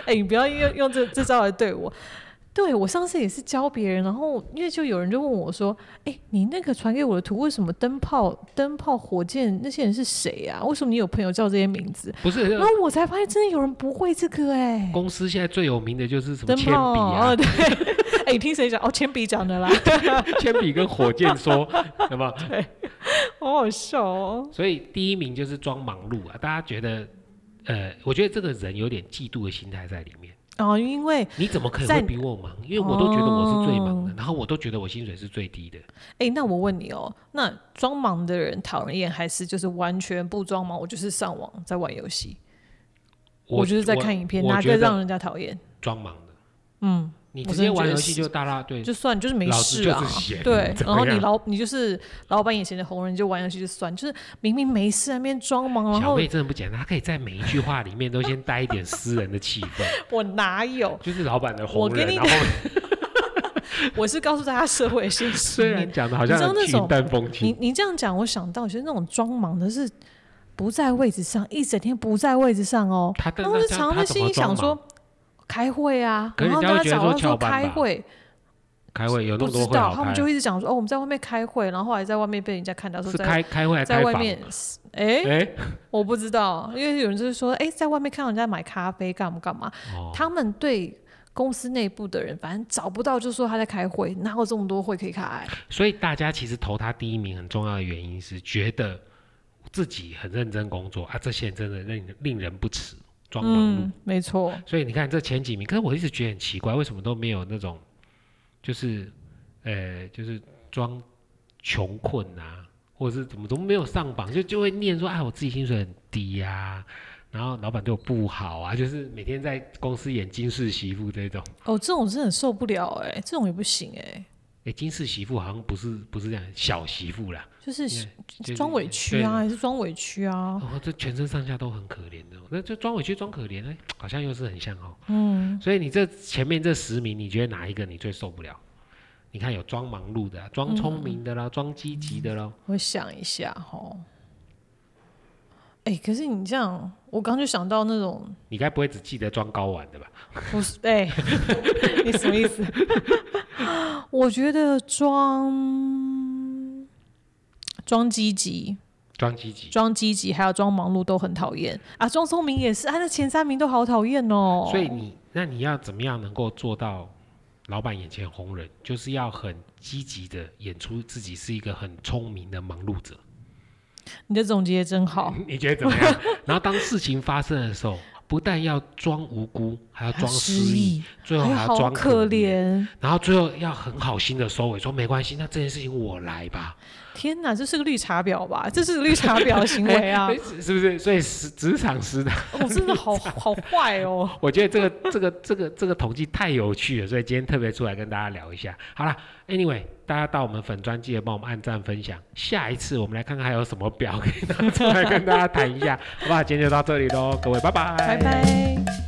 [SPEAKER 2] 哎、你不要用用这这招来对我。对我上次也是教别人，然后因为就有人就问我说：“哎、你那个传给我的图，为什么灯泡、灯泡、火箭那些人是谁啊？为什么你有朋友叫这些名字
[SPEAKER 1] 不是？”
[SPEAKER 2] 然后我才发现，真的有人不会这个哎、
[SPEAKER 1] 公司现在最有名的就是什么
[SPEAKER 2] 灯
[SPEAKER 1] 铅笔
[SPEAKER 2] 泡
[SPEAKER 1] 啊
[SPEAKER 2] 哦，，对，哎、你听谁讲？哦，铅笔讲的啦，
[SPEAKER 1] 铅笔跟火箭说， 对吧？
[SPEAKER 2] 好好笑哦。
[SPEAKER 1] 所以第一名就是装忙碌啊，大家觉得，呃，我觉得这个人有点嫉妒的心态在里面。
[SPEAKER 2] 哦，因为
[SPEAKER 1] 你怎么可以
[SPEAKER 2] 在哦
[SPEAKER 1] 会比我忙？因为我都觉得我是最忙的，然后我都觉得我薪水是最低的。
[SPEAKER 2] 哎、那我问你哦，那装忙的人讨人厌，还是就是完全不装忙？我就是上网在玩游戏，我就是在看影片，
[SPEAKER 1] 我
[SPEAKER 2] 哪
[SPEAKER 1] 觉
[SPEAKER 2] 个
[SPEAKER 1] 得
[SPEAKER 2] 让人家讨厌？
[SPEAKER 1] 装忙的？
[SPEAKER 2] 嗯，
[SPEAKER 1] 你
[SPEAKER 2] 我
[SPEAKER 1] 直
[SPEAKER 2] 真
[SPEAKER 1] 接
[SPEAKER 2] 的觉
[SPEAKER 1] 玩
[SPEAKER 2] 得
[SPEAKER 1] 游戏
[SPEAKER 2] 是
[SPEAKER 1] 就大拉对，
[SPEAKER 2] 就算就是没
[SPEAKER 1] 老子
[SPEAKER 2] 事
[SPEAKER 1] 就
[SPEAKER 2] 啊
[SPEAKER 1] 是闲，
[SPEAKER 2] 对。
[SPEAKER 1] 怎
[SPEAKER 2] 然后
[SPEAKER 1] 么
[SPEAKER 2] 你
[SPEAKER 1] 样
[SPEAKER 2] 老你就是老板眼前的红人，你就玩游戏就算，就是明明没事，在那边装忙，然
[SPEAKER 1] 小
[SPEAKER 2] 后
[SPEAKER 1] 妹真的不简单，她可以在每一句话里面都先带一点私人的气氛，
[SPEAKER 2] 我哪有？
[SPEAKER 1] 就是老板的
[SPEAKER 2] 我
[SPEAKER 1] 红
[SPEAKER 2] 跟
[SPEAKER 1] 人。
[SPEAKER 2] 你
[SPEAKER 1] 然后
[SPEAKER 2] 我是告诉大家社会现
[SPEAKER 1] 虽
[SPEAKER 2] 实面。
[SPEAKER 1] 然讲的好
[SPEAKER 2] 你知道
[SPEAKER 1] 像
[SPEAKER 2] 那
[SPEAKER 1] 云
[SPEAKER 2] 种
[SPEAKER 1] 淡风轻
[SPEAKER 2] 你，你这样讲，我想到，其实那种装忙的是不在位置上，一整天不在位置上哦。
[SPEAKER 1] 她但
[SPEAKER 2] 然后
[SPEAKER 1] 那
[SPEAKER 2] 就
[SPEAKER 1] 这样
[SPEAKER 2] 常常
[SPEAKER 1] 她
[SPEAKER 2] 在
[SPEAKER 1] 怎
[SPEAKER 2] 心
[SPEAKER 1] 么
[SPEAKER 2] 里
[SPEAKER 1] 装
[SPEAKER 2] 想
[SPEAKER 1] 忙
[SPEAKER 2] 说，开会啊，
[SPEAKER 1] 可
[SPEAKER 2] 然
[SPEAKER 1] 人
[SPEAKER 2] 后
[SPEAKER 1] 家会
[SPEAKER 2] 大家
[SPEAKER 1] 觉得
[SPEAKER 2] 早上
[SPEAKER 1] 说翘
[SPEAKER 2] 说
[SPEAKER 1] 班
[SPEAKER 2] 开
[SPEAKER 1] 吧
[SPEAKER 2] 会，
[SPEAKER 1] 开会有那
[SPEAKER 2] 不
[SPEAKER 1] 么
[SPEAKER 2] 知
[SPEAKER 1] 多会
[SPEAKER 2] 道，
[SPEAKER 1] 好
[SPEAKER 2] 他
[SPEAKER 1] 开
[SPEAKER 2] 们，就一直讲说哦，我们在外面开会，然后后来在外面被人家看到说
[SPEAKER 1] 是
[SPEAKER 2] 在
[SPEAKER 1] 开开会还
[SPEAKER 2] 在
[SPEAKER 1] 开
[SPEAKER 2] 外
[SPEAKER 1] 房？
[SPEAKER 2] 面，哎、
[SPEAKER 1] 哎，
[SPEAKER 2] 我不知道，因为有人就是说，哎、在外面看到人家买咖啡干嘛干嘛，
[SPEAKER 1] 哦
[SPEAKER 2] 他们对。公司内部的人，反正找不到，就说他在开会，哪有这么多会可以开？
[SPEAKER 1] 所以大家其实投他第一名很重要的原因是觉得自己很认真工作啊，这些人真的令令人不齿，装忙碌。
[SPEAKER 2] 嗯，没错，
[SPEAKER 1] 所以你看这前几名，可是我一直觉得很奇怪，为什么都没有那种就是呃就是装穷困啊，或者是怎么都没有上榜，就就会念说哎我自己薪水很低呀、然后老板对我不好啊，就是每天在公司演金氏媳妇这种。
[SPEAKER 2] 哦，这种真的很受不了哎、这种也不行哎、
[SPEAKER 1] 哎，金氏媳妇好像不是不是这样，小媳妇啦，
[SPEAKER 2] 就是
[SPEAKER 1] 就是
[SPEAKER 2] 装委屈啊，还是装委屈啊？
[SPEAKER 1] 哦，这全身上下都很可怜的，哦那这装委屈装可怜，哎，好像又是很像哦。
[SPEAKER 2] 嗯，
[SPEAKER 1] 所以你这前面这十名，你觉得哪一个你最受不了？你看有装忙碌的啊、装聪明的啦、装积极的咯。
[SPEAKER 2] 我想一下哈。哎、可是你这样，我刚就想到那种
[SPEAKER 1] 你该不会只记得装高玩的吧？
[SPEAKER 2] 不是哎、 你什么意思？ 我觉得装装积极、
[SPEAKER 1] 装积极。
[SPEAKER 2] 装积极，还有装忙碌都很讨厌啊。装聪明也是，啊，那前三名都好讨厌哦。
[SPEAKER 1] 所以你那你要怎么样能够做到老板眼前红人？就是要很积极的演出自己是一个很聪明的忙碌者。
[SPEAKER 2] 你的总结真好，
[SPEAKER 1] 你觉得怎么样？然后当事情发生的时候，不但要装无辜，还要
[SPEAKER 2] 还有
[SPEAKER 1] 装
[SPEAKER 2] 失
[SPEAKER 1] 失忆，
[SPEAKER 2] 忆，
[SPEAKER 1] 最后
[SPEAKER 2] 哎
[SPEAKER 1] 还要
[SPEAKER 2] 好
[SPEAKER 1] 装
[SPEAKER 2] 可
[SPEAKER 1] 怜。
[SPEAKER 2] 怜。
[SPEAKER 1] 然后最后要很好心的收尾，说没关系，那这件事情我来吧。
[SPEAKER 2] 天哪，这是个绿茶婊吧？这是个绿茶婊的行 为啊！
[SPEAKER 1] 哎是是不是？所以职职场师的，
[SPEAKER 2] 我、真的好好坏哦。
[SPEAKER 1] 我觉得这个这个这个这个统计太有趣了，所以今天特别出来跟大家聊一下。好啦 a n y w a y 大家到我们粉专记得帮我们按赞分享。下一次我们来看看还有什么表可以拿出来跟大家谈一下，好不好？今天就到这里喽，各位，拜拜，
[SPEAKER 2] 拜拜。